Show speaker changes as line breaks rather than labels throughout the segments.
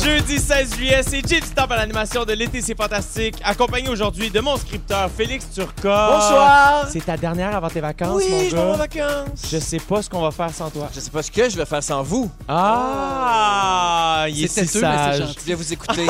13 juillet, c'est Jay du Temple à l'animation de l'été, c'est fantastique. Accompagné aujourd'hui de mon scripteur Félix Turcot.
Bonsoir!
C'est ta dernière avant tes vacances, mon
Oui, je
gars.
m'en vais en vacances.
Je sais pas ce qu'on va faire sans toi.
Je sais pas ce que je vais faire sans vous.
Ah, il est
C'était
si
dur, mais c'est
sage.
gentil.
Je vais vous écouter.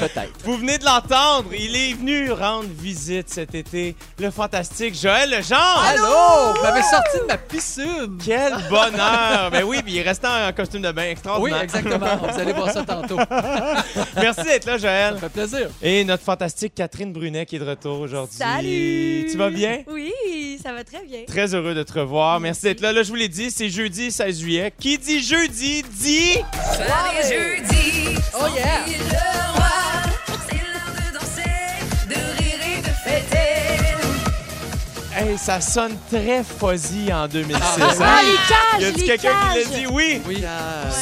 Peut-être.
Vous venez de l'entendre, il est venu rendre visite cet été. Le fantastique Joël Legendre.
Allô? Vous m'avez sorti de ma piscine!
Quel bonheur! Ben oui, puis il est resté en costume de bain
Oui,
extraordinaire.
exactement. Vous allez voir ça tantôt. Ça
Merci d'être là, Joël.
me fait plaisir.
Et notre fantastique Catherine Brunet qui est de retour aujourd'hui.
Salut!
Tu vas bien?
Oui, ça va très bien.
Très heureux de te revoir. Merci d'être là. Là, je vous l'ai dit, c'est jeudi 16 juillet. Qui dit jeudi dit.
Allez, jeudi,
Oh yeah!
il le roi. C'est l'heure de danser, de rire et de fêter.
Hey, ça sonne très fuzzy en 2006.
Ah, oui.
hein?
Ah, les cages!
Y a-tu
les
quelqu'un qui
cages!
l'a dit? Oui!
Oui.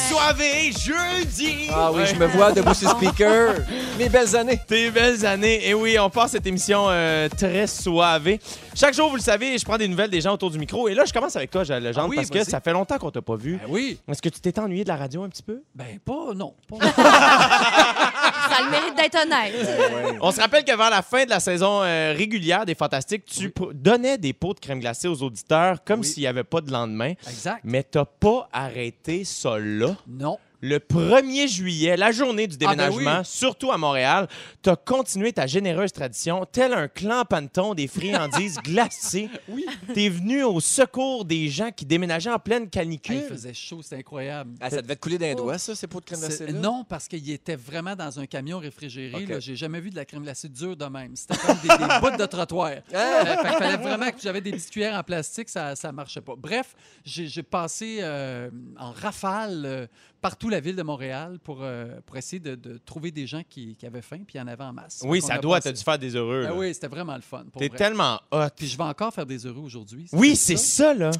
Soirée jeudi!
Ah oui,
Ouais.
je me vois debout sur le speaker. Mes belles années.
Tes belles années. Et oui, on part cette émission euh, très soivée. Chaque jour, vous le savez, je prends des nouvelles des gens autour du micro. Et là, je commence avec toi, Joël Legendre,
Ah oui,
parce que
vas-y.
ça fait longtemps qu'on t'a pas vu.
Ben oui.
Est-ce que tu t'es ennuyé de la radio un petit peu?
Ben pas, non. Pas.
Ça a le mérite d'être honnête.
On se rappelle que vers la fin de la saison euh, régulière des Fantastiques, tu pr- donnais des pots de crème glacée aux auditeurs comme
Oui.
s'il n'y avait pas de lendemain.
Exact.
Mais t'as pas arrêté ça là.
Non.
Le 1er juillet, la journée du
Ah, ben
déménagement,
oui.
surtout à Montréal, t'as continué ta généreuse tradition, tel un clan panton des friandises glacées.
Oui.
T'es venu au secours des gens qui déménageaient en pleine
Hey, il
canicule.
faisait chaud, c'est incroyable.
Ah, ça devait te couler d'un doigt, ça, ces pots de crème glacée
C'est- Non, parce qu'il était vraiment dans un camion réfrigéré.
Ok.
là. J'ai jamais vu de la crème glacée dure de même. C'était comme des, des bouts de trottoir.
Ah!
Euh, fait qu'il fallait vraiment que j'avais des petites cuillères en plastique, ça ça marchait pas. Bref, j'ai j'ai passé euh, en rafale euh, partout la ville de Montréal pour, euh, pour essayer de, de trouver des gens qui, qui avaient faim, puis il y en avait en masse.
Oui,
Fait qu'on
ça
a
doit,
passé-
t'as dû faire des heureux.
Ah
là.
oui, c'était vraiment le fun. pour
T'es
vrai.
tellement hot.
Puis je vais encore faire des heureux aujourd'hui.
Oui,
ça?
c'est ça, là.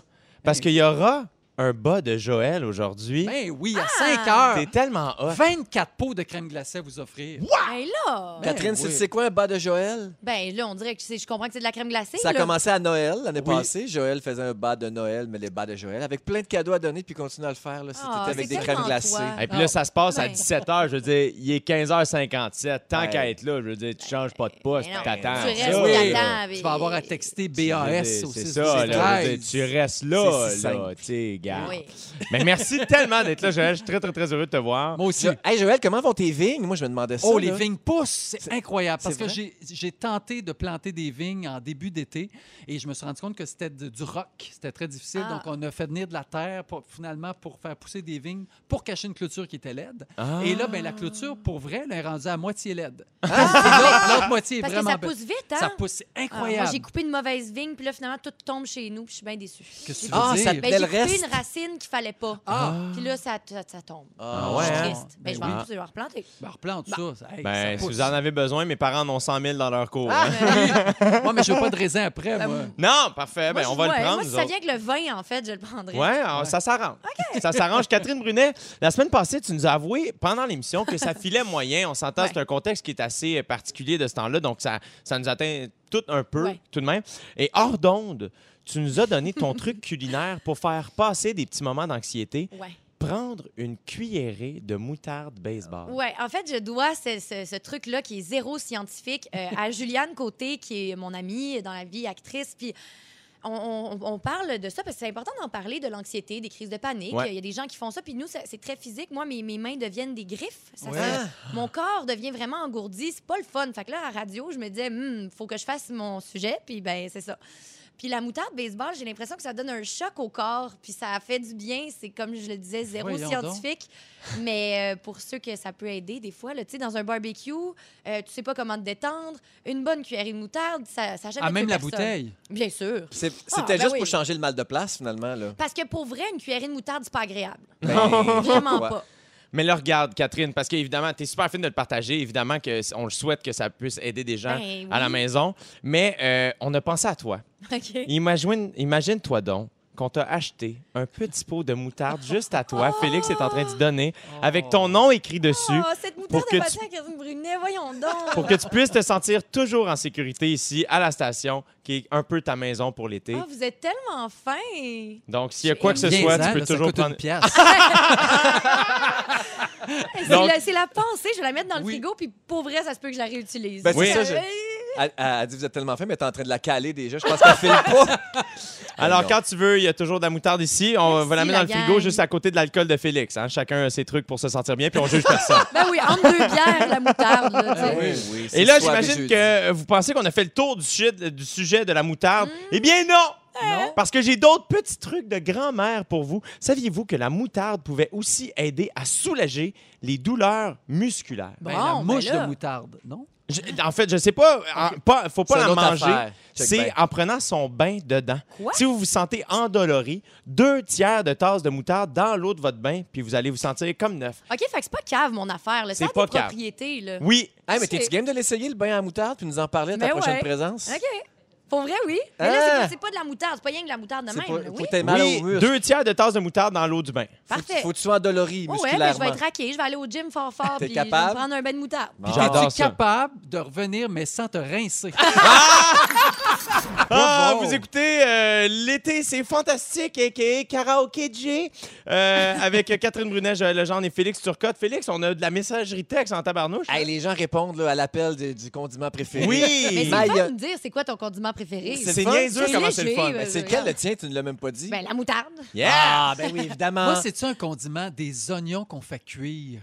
Parce qu'il y aura un bas de Joël aujourd'hui.
Ben oui, à
Ah!
5
T'es
heures,
tellement hot.
24 pots de crème glacée à vous offrir.
Ben là!
Ben
Catherine,
oui.
c'est- c'est quoi un bas de Joël?
Ben là, on dirait que c'est- je comprends que c'est de la crème glacée.
Ça a
là.
commencé à Noël l'année
Oui.
passée. Joël faisait un bas de Noël, mais les bas de Joël, avec plein de cadeaux à donner, puis il continue à le faire là, cet
Ah,
été avec
c'est
des crèmes
tellement
glacées.
toi.
Et puis là, ça se passe à
Ouais.
17h. Je veux dire, il est 15h57. Tant
Ouais.
qu'à être là, je veux dire, tu changes pas de poste,
Ben non,
t'attends.
Tu
Ça,
restes,
Oui.
t'attends. avec-
Tu vas avoir à texter
là,
BAS
je veux dire,
au
C'est
6
ça, là. je veux
13.
dire, tu restes là,
C'est si
là,
simple.
tu sais, gars.
Oui.
Mais merci tellement d'être là, Joël. Je suis très, très, très heureux de te voir.
Moi aussi.
Jo- Hey Joël, comment vont tes vignes? Moi, je me demandais ça.
Oh,
là.
les vignes poussent! C'est incroyable. Parce
c'est
que
vrai?
j'ai j'ai tenté de planter des vignes en début d'été et je me suis rendu compte que c'était de- du roc. C'était très difficile.
Ah.
Donc, on a fait venir de la terre pour- finalement pour faire pousser des vignes pour cacher une clôture qui était laide.
Ah.
Et là, ben, la clôture, pour vrai, elle est rendue à moitié laide. L'autre l'autre moitié est
Ah! Parce que
vraiment
ça
belle.
pousse vite, hein?
Ça pousse, c'est
Ah, moi, j'ai
incroyable.
coupé une mauvaise vigne, puis là, finalement, tout tombe chez nous, puis je suis bien déçue.
Qu'est-ce que tu veux
Ah, ça te
dire?
Ben,
plaît
j'ai
le
coupé
reste?
une racine qu'il fallait pas.
Ah,
Puis là, ça, ça, ça tombe.
Ah,
ouais,
je suis
hein?
triste. Ben,
Ben
je vais en
oui.
repousser, je vais en replanter.
ben, replante
Bah,
ça. Hey,
Ben,
ça
si
pousse.
vous en avez besoin, mes parents en ont 100 000 dans leur cours.
Ah!
hein.
Moi, mais je veux pas de raisin après,
Ben,
moi.
Non, parfait. Ben,
Moi,
on
je-
va
ouais,
le prendre.
Moi,
nous
si ça
autres.
vient avec le vin, en fait, je le prendrais.
Ouais, alors, ça s'arrange. Ça s'arrange. Catherine Brunet, la semaine passée, tu nous as avoué pendant l'émission que ça filait moyen. On s'entend,
Ouais.
c'est un contexte qui est assez euh, particulier de ce temps-là, donc ça, ça nous atteint tout un peu,
Ouais.
tout de même. Et hors d'onde, tu nous as donné ton truc culinaire pour faire passer des petits moments d'anxiété.
Ouais.
Prendre une cuillerée de moutarde baseball.
Ouais, en fait, je dois ce, ce- ce truc-là qui est zéro scientifique euh, à Juliane Côté, qui est mon amie dans la vie, actrice. Puis on, on- on parle de ça parce que c'est important d'en parler, de l'anxiété, des crises de panique.
Ouais.
Il y a des gens qui font ça. Puis nous, ça- c'est très physique. Moi, mes, mes mains deviennent des griffes. Ça
Ouais.
se- mon corps devient vraiment engourdi. C'est pas le fun. Fait que là, à la radio, je me disais, Hmm, faut que je fasse mon sujet. Puis ben, c'est ça. Puis la moutarde baseball, j'ai l'impression que ça donne un choc au corps, puis ça fait du bien. C'est comme je le disais, zéro
Voyons donc.
scientifique. Mais euh, pour ceux que ça peut aider, des fois, là, tu sais, dans un barbecue, euh, tu sais pas comment te détendre, une bonne cuillerée de moutarde, ça, ça jamais
Ah, même
tué
la
personne.
bouteille.
Bien sûr.
C'est- C'était
Ah, ben
juste
oui.
pour changer le mal de place, finalement. Là.
Parce que pour vrai, une cuillerée de moutarde, c'est pas agréable.
Ben,
Vraiment
ouais.
pas.
Mais là, regarde, Catherine, parce qu'évidemment, tu es super fine de le partager. Évidemment que s- on le souhaite que ça puisse aider des gens
Ben oui.
à la maison. Mais euh, on a pensé à toi.
OK.
Imagine, imagine-toi donc qu'on t'a acheté un petit pot de moutarde juste à toi. Félix est en train d'y donner avec ton nom écrit dessus.
Oh, cette moutarde
Pour que
à pâté à Catherine Brunet, voyons donc.
Pour que tu puisses te sentir toujours en sécurité ici, à la station, qui est un peu ta maison pour l'été.
Ah, vous êtes tellement fin.
Donc, s'il y a quoi que ce soit, tu peux toujours prendre.
C'est
Donc-
la, c'est la pensée, je vais la mettre dans le
Oui.
frigo, puis pour vrai, ça se peut que je la réutilise. Euh,
Ben, c'est
Oui.
ça, je- Elle, elle dit Vous êtes tellement fin, mais t'es en train de la caler déjà. Je pense qu'elle file pas.
Alors,
Ah, non.
quand tu veux, il y a toujours de la moutarde ici. On
Merci,
va la mettre dans le
la
frigo
gang.
juste à côté de l'alcool de Félix. hein. Chacun a ses trucs pour se sentir bien, puis on juge personne.
Ben oui, entre deux bières, la moutarde. là, tu sais.
Ben oui.
Et là, j'imagine que vous pensez qu'on a fait le tour du sujet, du sujet de la
Mm.
moutarde. Eh bien, non!
Non. Ben,
Parce que j'ai d'autres petits trucs de grand-mère pour vous. Saviez-vous que la moutarde pouvait aussi aider à soulager les douleurs musculaires?
Ben,
Bon,
la
ben
mouche
là.
de moutarde, non?
Je- en fait, je sais pas, euh, en- pas faut pas la manger. C'est
C'est.
en prenant son bain dedans.
Quoi?
Si vous vous sentez endolori, deux tiers de tasse de moutarde dans l'eau de votre bain, puis vous allez vous sentir comme neuf.
OK, fait que c'est pas cave, mon affaire. là.
C'est
C'est
pas
pas
cave.
propriété, là.
Oui,
Ah, mais t'es-tu
C'est-
game de l'essayer, le bain à la moutarde, puis nous en parler à ta
Mais
prochaine
ouais.
présence?
OK. Pour vrai, oui. Mais là, c'est
Ah.
pas- c'est pas, de la moutarde. C'est pas rien que de la moutarde de
C'est
même.
pour,
là.
pour
oui.
tes mal
oui,
au mur.
deux tiers de tasse de moutarde dans l'eau du bain.
Parfait.
Faut que tu sois endolori
Ouais, ouais, mais je vais
musculairement.
être raqué. Je vais aller au gym fort fort,
T'es
puis je vais me
capable?
prendre un bain de moutarde.
Bon.
Puis J'adore
Es-tu
ça.
capable de revenir, mais sans te rincer?
Ah,
Bravo.
vous écoutez euh, l'été, c'est fantastique, a.k.a. Karaoke J, euh, avec Catherine Brunet, Joël Legendre et Félix Turcotte. Félix, on a de la messagerie texte en tabarnouche. hein?
Hey, les gens répondent là, à l'appel du, du condiment préféré.
Mais
oui!
c'est
Maille-
le fun de me dire c'est quoi ton condiment préféré.
C'est
c'est le fun.
niaiseux
C'est
comment c'est le
léger,
fun.
ouais.
Mais c'est lequel le tien? Tu ne l'as même pas dit.
Ben, la moutarde.
Yeah!
Ah, ben oui, évidemment.
Moi, c'est-tu un condiment? Des oignons qu'on fait cuire.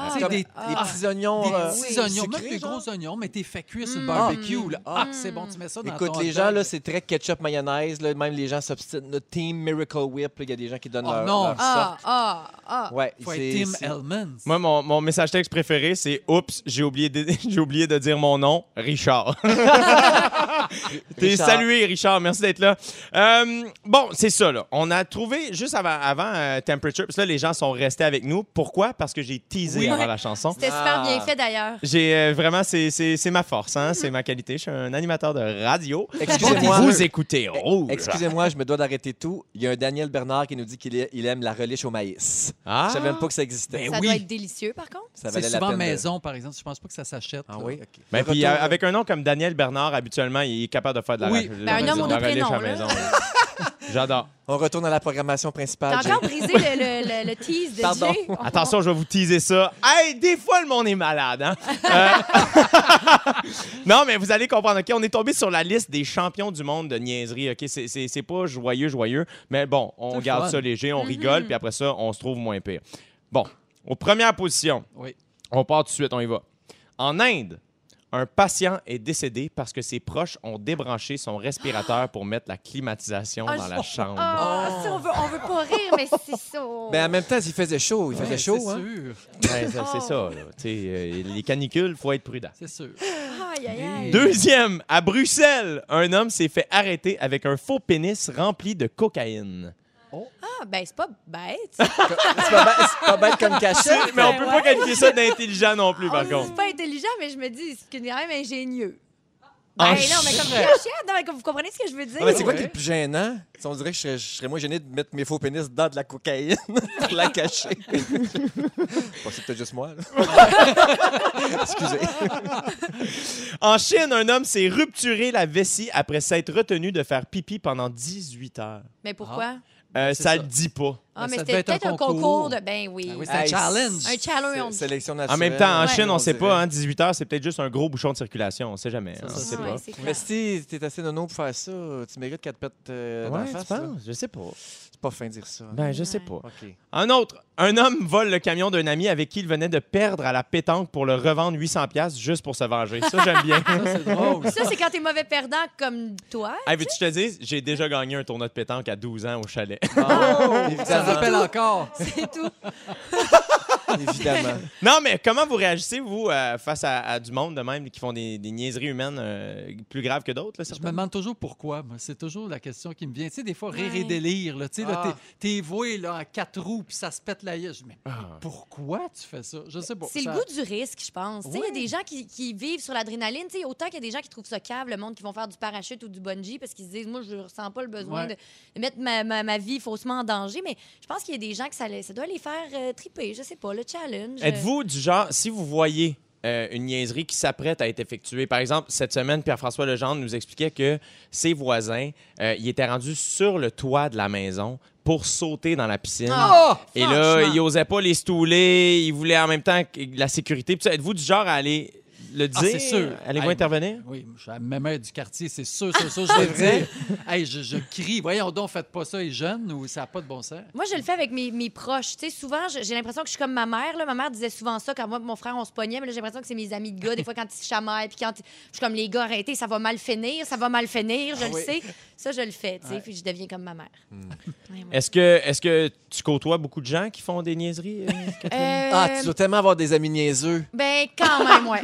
Ah,
c'est
Comme
des-
les
ah,
petits
Oh,
oignons.
Des
euh,
petits
oui,
oignons,
sucrés,
même des
genre.
gros oignons, mais t'es fait cuire sur
Mm.
le barbecue. Là. Ah, c'est bon, tu mets ça dans
Écoute,
ton
les
hot
gens,
dog.
là, c'est très ketchup, mayonnaise. là. même les gens s'obstinent. Le Team Miracle Whip, là, il y a des gens qui donnent
Oh
leur,
non.
leur
Ah, ah, ah.
sorte. Ouais,
Faut
c'est-
être Tim
c'est-
Hellmans.
Moi, mon, mon message texte préféré, c'est Oups, j'ai oublié, de- j'ai oublié de dire mon nom, Richard. T'es
Richard.
salué, Richard. Merci d'être là. Euh, bon, c'est ça, là. On a trouvé juste avant, avant euh, Temperature. Parce que là, les gens sont restés avec nous. Pourquoi? Parce que j'ai teasé
Oui.
avant la chanson.
C'était super
Ah.
bien fait d'ailleurs.
J'ai euh, vraiment, c'est- c'est c'est ma force, hein, c'est ma qualité. Je suis un animateur de radio.
Excusez-moi. Eh,
Vous écoutez Rouge.
Excusez-moi, je me dois d'arrêter tout. Il y a un Daniel Bernard qui nous dit qu'il est- il aime la reliche au maïs.
Ah.
Je savais même pas que ça existait.
Ben
Ça
oui.
doit être délicieux, par contre.
Ça
C'est
valait la
souvent
peine. de-
maison, par exemple. Je pense pas que ça s'achète.
Ah
là.
oui, OK.
Ben, puis,
Retour,
euh, avec un nom comme Daniel Bernard, habituellement, il est capable de faire de la
Oui.
de
Ben,
la-
un
de
homme au
la
deux
relèche à la
prénoms,
maison,
là.
là. J'adore.
On retourne à la programmation principale.
T'as encore brisé le, le- le- le tease de
Ah, Pardon.
Jay. On-
Attention, je vais vous teaser ça. Hey, des fois, le monde est malade. hein? Euh, non, mais vous allez comprendre. OK, on est tombé sur la liste des champions du monde de niaiserie. OK, c'est- c'est c'est pas joyeux, joyeux. Mais bon, on
C'est
garde
fun.
ça léger, on rigole, puis après ça, on se trouve moins pire. Bon, aux premières positions,
Oui.
on part tout de suite, on y va. En Inde, un patient est décédé parce que ses proches ont débranché son respirateur pour mettre la climatisation
Ah,
dans
je-
la chambre.
Ah,
Oh.
si on veut, on veut pas rire, mais c'est ça.
Ben, en même temps, il faisait chaud. Il faisait
Ouais,
chaud,
C'est
hein?
sûr.
Ouais, ça, c'est ça. là. Tu sais, euh, les canicules, faut être prudent.
C'est sûr.
Aïe, aïe, aïe.
Deuxième, à Bruxelles, un homme s'est fait arrêter avec un faux pénis rempli de cocaïne.
Ah, ben, c'est pas bête.
C'est pas, bête- c'est pas bête comme cachet.
Mais on peut pas qualifier ça d'intelligent non plus, par
Oh,
contre.
C'est pas intelligent, mais je me dis, c'est quand même ingénieux.
Ah,
Ben non, mais comme cachette, non, mais comme vous comprenez ce que je veux dire?
Ah, mais c'est quoi
Ouais.
qui est le plus gênant? Si on dirait que je serais, je serais moins gêné de mettre mes faux pénis dans de la cocaïne pour la cacher. Bon, c'est peut-être juste moi. là. Excusez.
En Chine, un homme s'est rupturé la vessie après s'être retenu de faire pipi pendant 18 heures.
Mais pourquoi?
Euh,
C'est
ça,
ça.
le dit pas.
Ah,
Ah. Ben, ça
mais c'était
devait être
peut-être un concours. de. Ben oui.
Ah oui, c'est un
Hey,
challenge.
Un challenge.
C'est- Sélection
En
naturelle.
même temps, en
Ouais.
Chine, on sait
dirait.
pas, hein, 18 heures, c'est peut-être juste un gros bouchon de circulation, on sait jamais.
Ça,
hein, on
ça, ça.
sait pas.
c'est
Mais
clair.
si t'es assez nono pour faire ça, tu mérites qu'elle te pète euh, dans la
Ouais,
face.
tu
là.
penses? Je sais pas.
C'est pas fin de dire ça. hein.
Ben, je sais pas.
OK.
Un autre, un homme vole le camion d'un ami avec qui il venait de perdre à la pétanque pour le revendre 800 pièces juste pour se venger. Ça, j'aime bien.
Ça, c'est drôle.
Ça, c'est quand t'es mauvais perdant comme toi.
Hey, veux-tu que je te dise, j'ai déjà gagné un tournoi de pétanque à 12 ans au chalet.
Ça
évidemment.
rappelle encore.
C'est tout.
évidemment.
non, mais comment vous réagissez, vous, euh, face à, à du monde de même qui font des, des niaiseries humaines euh, plus graves que d'autres? là,
Je
certaines?
me demande toujours pourquoi. moi. C'est toujours la question qui me vient. Tu sais, des fois, rire
Ouais.
et délire. Là, tu sais, là,
Ah.
t'es, t'es voué là, à quatre roues, puis ça se pète la gueule. Je me dis, mais
Ah.
pourquoi tu fais ça? Je sais pas.
C'est le
Ça-
goût du risque, je pense. Tu sais, Il y a
Oui.
des gens qui, qui vivent sur l'adrénaline. Tu sais, Autant qu'il y a des gens qui trouvent ça cave, le monde qui vont faire du parachute ou du bungee parce qu'ils se disent, moi, je ressens pas le besoin
Ouais.
de- de mettre ma, ma- ma vie faussement en danger. Mais je pense qu'il y a des gens que ça, les- ça doit les faire euh, triper. Je sais pas. le challenge.
Êtes-vous du genre, si vous voyez euh, une niaiserie qui s'apprête à être effectuée, par exemple, cette semaine, Pierre-François Legendre nous expliquait que ses voisins, euh, ils étaient rendus sur le toit de la maison pour sauter dans la piscine.
Ah!
Et là,
Franchement.
ils n'osaient pas les stouler, ils voulaient en même temps que- la sécurité. Puis ça, Êtes-vous du genre à aller le dire?
Ah, c'est sûr.
Allez-vous
Hey,
intervenir?
Oui, je suis la même heure du quartier, c'est sûr, sûr, sûr, je vais le dire. Hey, je, je crie, voyons donc, faites pas ça, les jeunes, ou ça n'a pas de bon sens.
Moi, je le fais avec mes, mes proches. Tu sais, souvent, je- j'ai l'impression que je suis comme ma mère. Là. Ma mère disait souvent ça quand moi et mon frère, on se pognait, mais là, j'ai l'impression que c'est mes amis de gars, des fois, quand ils se chamaillent, puis quand ils- je suis comme les gars arrêtés, ça va mal finir, ça va mal finir, je
Ah
le
oui.
sais. Ça, je le fais, tu sais,
Ouais. Hmm.
puis je deviens comme ma mère. Ouais, ouais.
Est-ce que, est que tu côtoies beaucoup de gens qui font des niaiseries? euh, Catherine?
Euh,
Ah, tu dois tellement avoir des amis niaiseux.
Ben, quand même, ouais.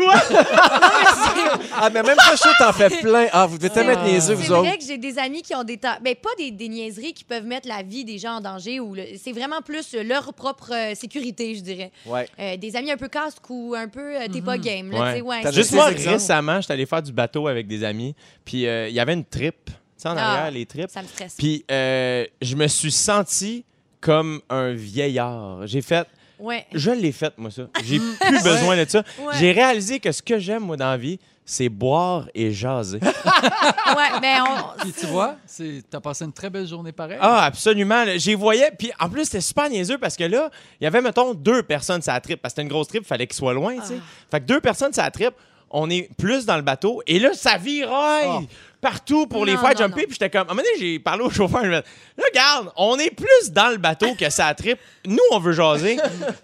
Ah, mais même pas chaud, t'en fais plein. Ah, vous devez tellement être
Ah.
niaiseux,
C'est
vous
vrai
autres.
que j'ai des amis qui ont des ta- ben, pas des, des niaiseries qui peuvent mettre la vie des gens en danger ou le- c'est vraiment plus euh, leur propre euh, sécurité, je dirais.
Ouais.
Euh, des amis un peu casse ou un peu euh, t'es pas
Mhm.
game. là,
Ouais.
tu sais, ouais,
T'as
c'est-
Juste
des
moi,
exemples?
récemment, j'étais allé faire du bateau avec des amis, puis euh, il y avait une trip. Tu sais, en
Ah.
arrière, les trips.
Ça me stresse.
Puis euh, je me suis senti comme un vieillard. J'ai fait,
Ouais.
je l'ai fait moi ça. J'ai plus besoin de ça.
Ouais.
J'ai réalisé que ce que j'aime moi dans la vie, c'est boire et jaser.
ouais, ben on-
Puis tu vois, c'est- t'as passé une très belle journée pareille.
Ah, absolument. là. J'y voyais. Puis en plus, c'était super niaiseux parce que là, il y avait, mettons, deux personnes sur la trip. Parce que c'était une grosse trip, il fallait qu'ils soient loin, tu sais.
Ah.
Fait que deux personnes sur la trip, on est plus dans le bateau. Et là, ça viraille
Oh.
partout pour les
Ah. Non,
faire
non,
jumper.
non.
Puis j'étais comme, à un moment donné, j'ai parlé au chauffeur. je me dis, Là, regarde, on est plus dans le bateau que sa trip. Nous, on veut jaser.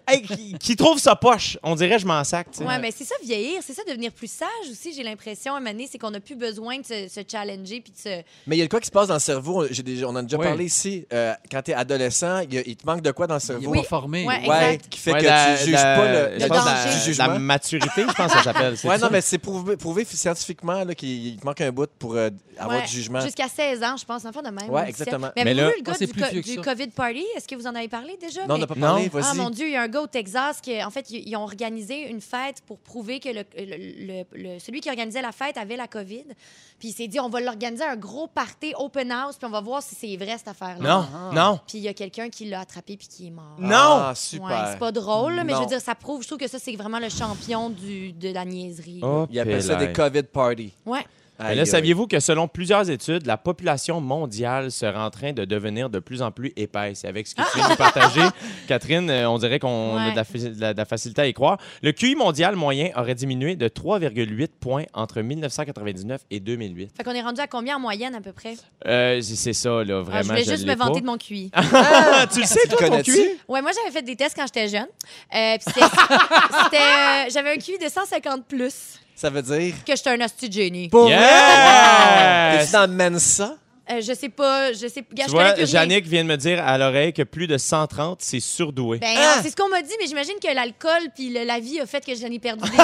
Hey, qui, qui trouve sa poche? On dirait, je m'en sac, tu sais.
Ouais, mais c'est ça vieillir, c'est ça devenir plus sage aussi, j'ai l'impression à un moment donné, c'est qu'on n'a plus besoin de se, se challenger puis de se
Mais il y a de quoi qui se passe dans le cerveau. J'ai déjà- on en a déjà
Oui.
parlé ici. Euh, quand t'es adolescent, il, y a- il te manque de quoi dans le
Il est
cerveau?
Oui.
pas formé.
Ouais.
Ouais,
Exact.
qui fait
Ouais,
que
la-
tu juges
la-
pas le,
je
le
pense
danger.
du
La,
jugement.
la maturité, je pense que ça s'appelle. c'est
Ouais,
ça?
non, mais c'est prouvé, prouvé scientifiquement là, qu'il il te manque un bout pour euh, avoir
Ouais,
du jugement.
Jusqu'à 16 ans, je pense, enfant de même.
Ouais,
ou 17.
exactement.
Mais,
Mais
avez-vous
là-
vu le gars
Ah, c'est
du,
plus
co-
vieux que
du
ça.
COVID Party, est-ce que vous en avez parlé déjà?
Non, on
Mais-
n'a pas parlé,
Non.
vas-y.
Ah mon Dieu, il y a un gars au Texas qui, en fait, ils ils ont organisé une fête pour prouver que le, le- le- le- celui qui organisait la fête avait la COVID. Puis il s'est dit, on va l'organiser un gros party open house, puis on va voir si c'est vrai cette affaire-là.
Non, non.
Puis il y a quelqu'un qui l'a attrapé puis qui est mort.
Non.
Ah,
Ouais,
super.
c'est pas drôle, là, mais je
Non.
veux dire, ça prouve, je trouve que ça, c'est vraiment le champion du, de la niaiserie.
Oh,
Il appelle ça des
pélaille.
COVID parties.
Ouais.
Mais là, saviez-vous que selon plusieurs études, la population mondiale serait en train de devenir de plus en plus épaisse? Et avec ce que tu viens de nous partager, Catherine, euh, on dirait qu'on a de la, faci- de la- de la facilité à y croire. Le QI mondial moyen aurait diminué de 3,8 points entre 1999 et 2008.
Fait qu'on est rendu à combien en moyenne à peu près?
Euh, c'est- c'est ça, là,
Ah,
vraiment.
je voulais juste
l'ai
me vanter
pas.
de mon QI.
tu le sais, toi, ton
connais-tu?
QI?
Ouais, moi j'avais fait des tests quand j'étais jeune. Euh, puis c'était- c'était, euh, j'avais un QI de 150 plus
Ça veut dire.
que j'étais un hostie de génie.
Pour
Yes!
T'es-tu dans le Mensa?
Euh, je sais pas, je sais
Tu
gars, je
vois,
connais que rien.
Yannick vient de me dire à l'oreille que plus de 130, c'est surdoué.
Ben,
Ah!
non, c'est ce qu'on m'a dit, mais j'imagine que l'alcool puis le- la vie a fait que j'en ai perdu des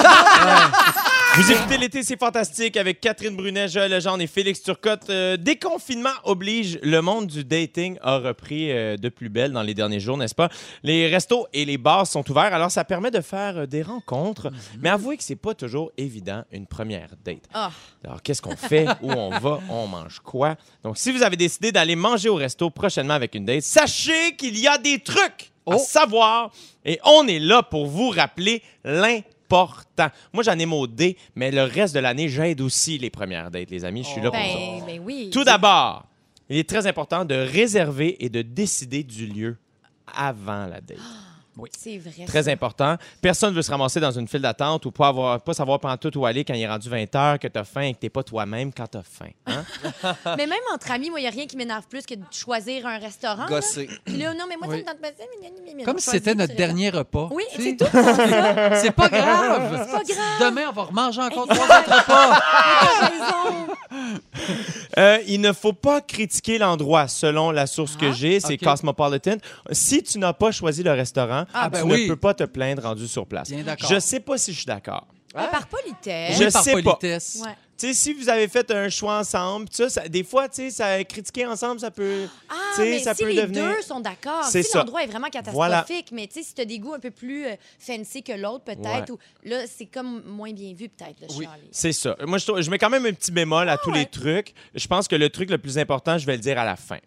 Vous écoutez l'été, c'est fantastique avec Catherine Brunet, Joël Legendre et Félix Turcotte. Euh, déconfinement oblige, le monde du dating a repris euh, de plus belle dans les derniers jours, n'est-ce pas? Les restos et les bars sont ouverts, alors ça permet de faire euh, des rencontres. Mais avouez que c'est pas toujours évident une première date.
Ah.
Alors qu'est-ce qu'on fait? Où on va? On mange quoi? Donc si vous avez décidé d'aller manger au resto prochainement avec une date, sachez qu'il y a des trucs à
Oh.
savoir et on est là pour vous rappeler l'important. Moi, j'en ai maudé, mais le reste de l'année, j'aide aussi les premières dates, les amis. Je suis là pour ça.
Ben, ben oui.
Tout d'abord, il est très important de réserver et de décider du lieu avant la date.
C'est vrai.
Très important. Personne ne veut se ramasser dans une file d'attente ou pas, avoir, pas savoir prendre tout où aller quand il est rendu 20 heures, que tu as faim et que tu pas toi-même quand tu as faim. hein?
Mais même entre amis, moi, il n'y a rien qui m'énerve plus que de choisir un restaurant. là.
Gossé.
Puis là, non, mais moi,
Oui.
ça me tente pas de ça, mais- mais- mais- mais-
Comme
mais-
si c'était notre
choisir,
dernier repas.
Oui,
tu
c'est
sais.
tout.
C'est pas grave.
C'est pas grave.
Demain, on va remanger encore trois autres repas.
T'as raison.
Euh, il ne faut pas critiquer l'endroit, selon la source que j'ai, c'est
ok.
Cosmopolitan. Si tu n'as pas choisi le restaurant,
Ah, ben
tu
oui.
ne peux pas te plaindre rendu sur place.
Bien d'accord.
Je sais pas si je suis d'accord.
Mais Par politesse.
Hein? Je
Eh Oui, par
sais pas.
politesse.
Ouais.
Tu sais, si vous avez fait un choix ensemble, pis ça, ça- des fois, tu sais, ça, critiquer ensemble, ça peut,
Ah,
tu sais,
mais
ça
si
peut
les
devenir.
deux sont d'accord,
C'est
si
ça.
l'endroit est vraiment catastrophique, mais tu sais, si tu as des goûts un peu plus euh, fancy que l'autre, peut-être, ou là, c'est comme moins bien vu, peut-être, le
Oui.
Charlie.
C'est ça. Ah Moi, je, trouve- je mets quand même un petit bémol à tous les trucs. Je pense que le truc le plus important, je vais le dire à la fin.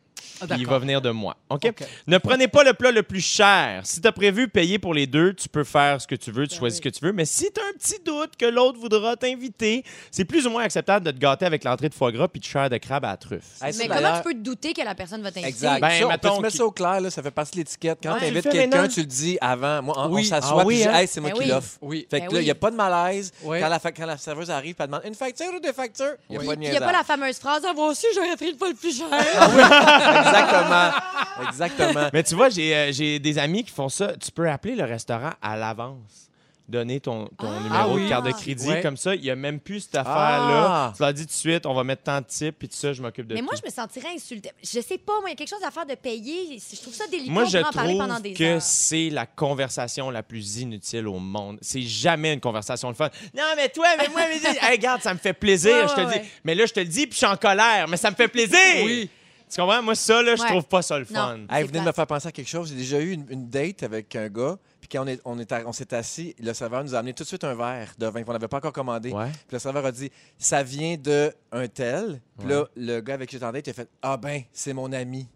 Ah,
Il
d'accord.
va venir de moi. OK?
OK.
Ne prenez pas le plat le plus cher. Si tu as prévu payer pour les deux, tu peux faire ce que tu veux, tu
Ben
choisis
oui.
ce que tu veux. Mais si tu as un petit doute que l'autre voudra t'inviter, c'est plus ou moins acceptable de te gâter avec l'entrée de foie gras puis de chair de crabe à la truffe.
Hey, ça,
Mais
d'ailleurs-
comment tu peux te douter que la personne va t'inviter?
Exact.
Ben,
Ça, on peut
mettons
se mettre
qu'il-
ça au clair, là, ça fait partie de l'étiquette. Quand
Ouais,
tu
tu
invites
le fais,
quelqu'un,
Ménard.
tu le dis avant. Moi, on,
Oui.
on
Ah
s'assoit,
oui,
puis je dis,
hein?
hey, c'est moi
Ben
qui
oui.
l'offre.
Oui.
Ben
Fait que là, il
oui.
n'y a pas de malaise.
Ouais.
Quand, la fa- quand la serveuse arrive, elle demande une facture ou deux factures. Il n'y a
Oui.
pas de
Puis il n'y a pas la
niaisage.
fameuse phrase Ah, moi aussi, j'aurais pris le pas le plus cher.
Exactement. Exactement.
Mais tu vois, j'ai euh, j'ai des amis qui font ça. Tu peux appeler le restaurant à l'avance. Donner ton, ton
Ah!
numéro
Ah
de
oui.
carte de crédit.
Ouais.
Comme ça, il n'y a même plus cette affaire-là.
Ah!
Tu leur dis tout de suite, on va mettre tant de types, puis tout ça, je m'occupe de
Mais
tout.
moi, je me sentirais insultée. Je sais pas, moi, il y a quelque chose à faire de payer. Je trouve ça délicat.
Moi,
on
je
pourrait en parler pendant
trouve
des
que
heures.
c'est la conversation la plus inutile au monde. C'est jamais une conversation de fun. Non, mais toi, mais moi, mais... Hey, regarde, ça me fait plaisir,
Ouais,
je te
ouais,
dis.
ouais.
Mais là, je te le dis, puis je suis en colère, mais ça me fait plaisir.
Oui.
Tu comprends? Moi, ça, là, je
Ouais.
trouve pas ça le fun.
Non. C'est
Hey, vous venez de me
plate.
faire penser à quelque chose. J'ai déjà eu une, une date avec un gars. Puis quand on est- on est à- on s'est assis, le serveur nous a amené tout de suite un verre de vin qu'on n'avait pas encore commandé.
Ouais.
Puis le serveur a dit Ça vient de un tel. Puis là, le gars avec qui j'étais en date, il a fait Ah ben, c'est mon ami.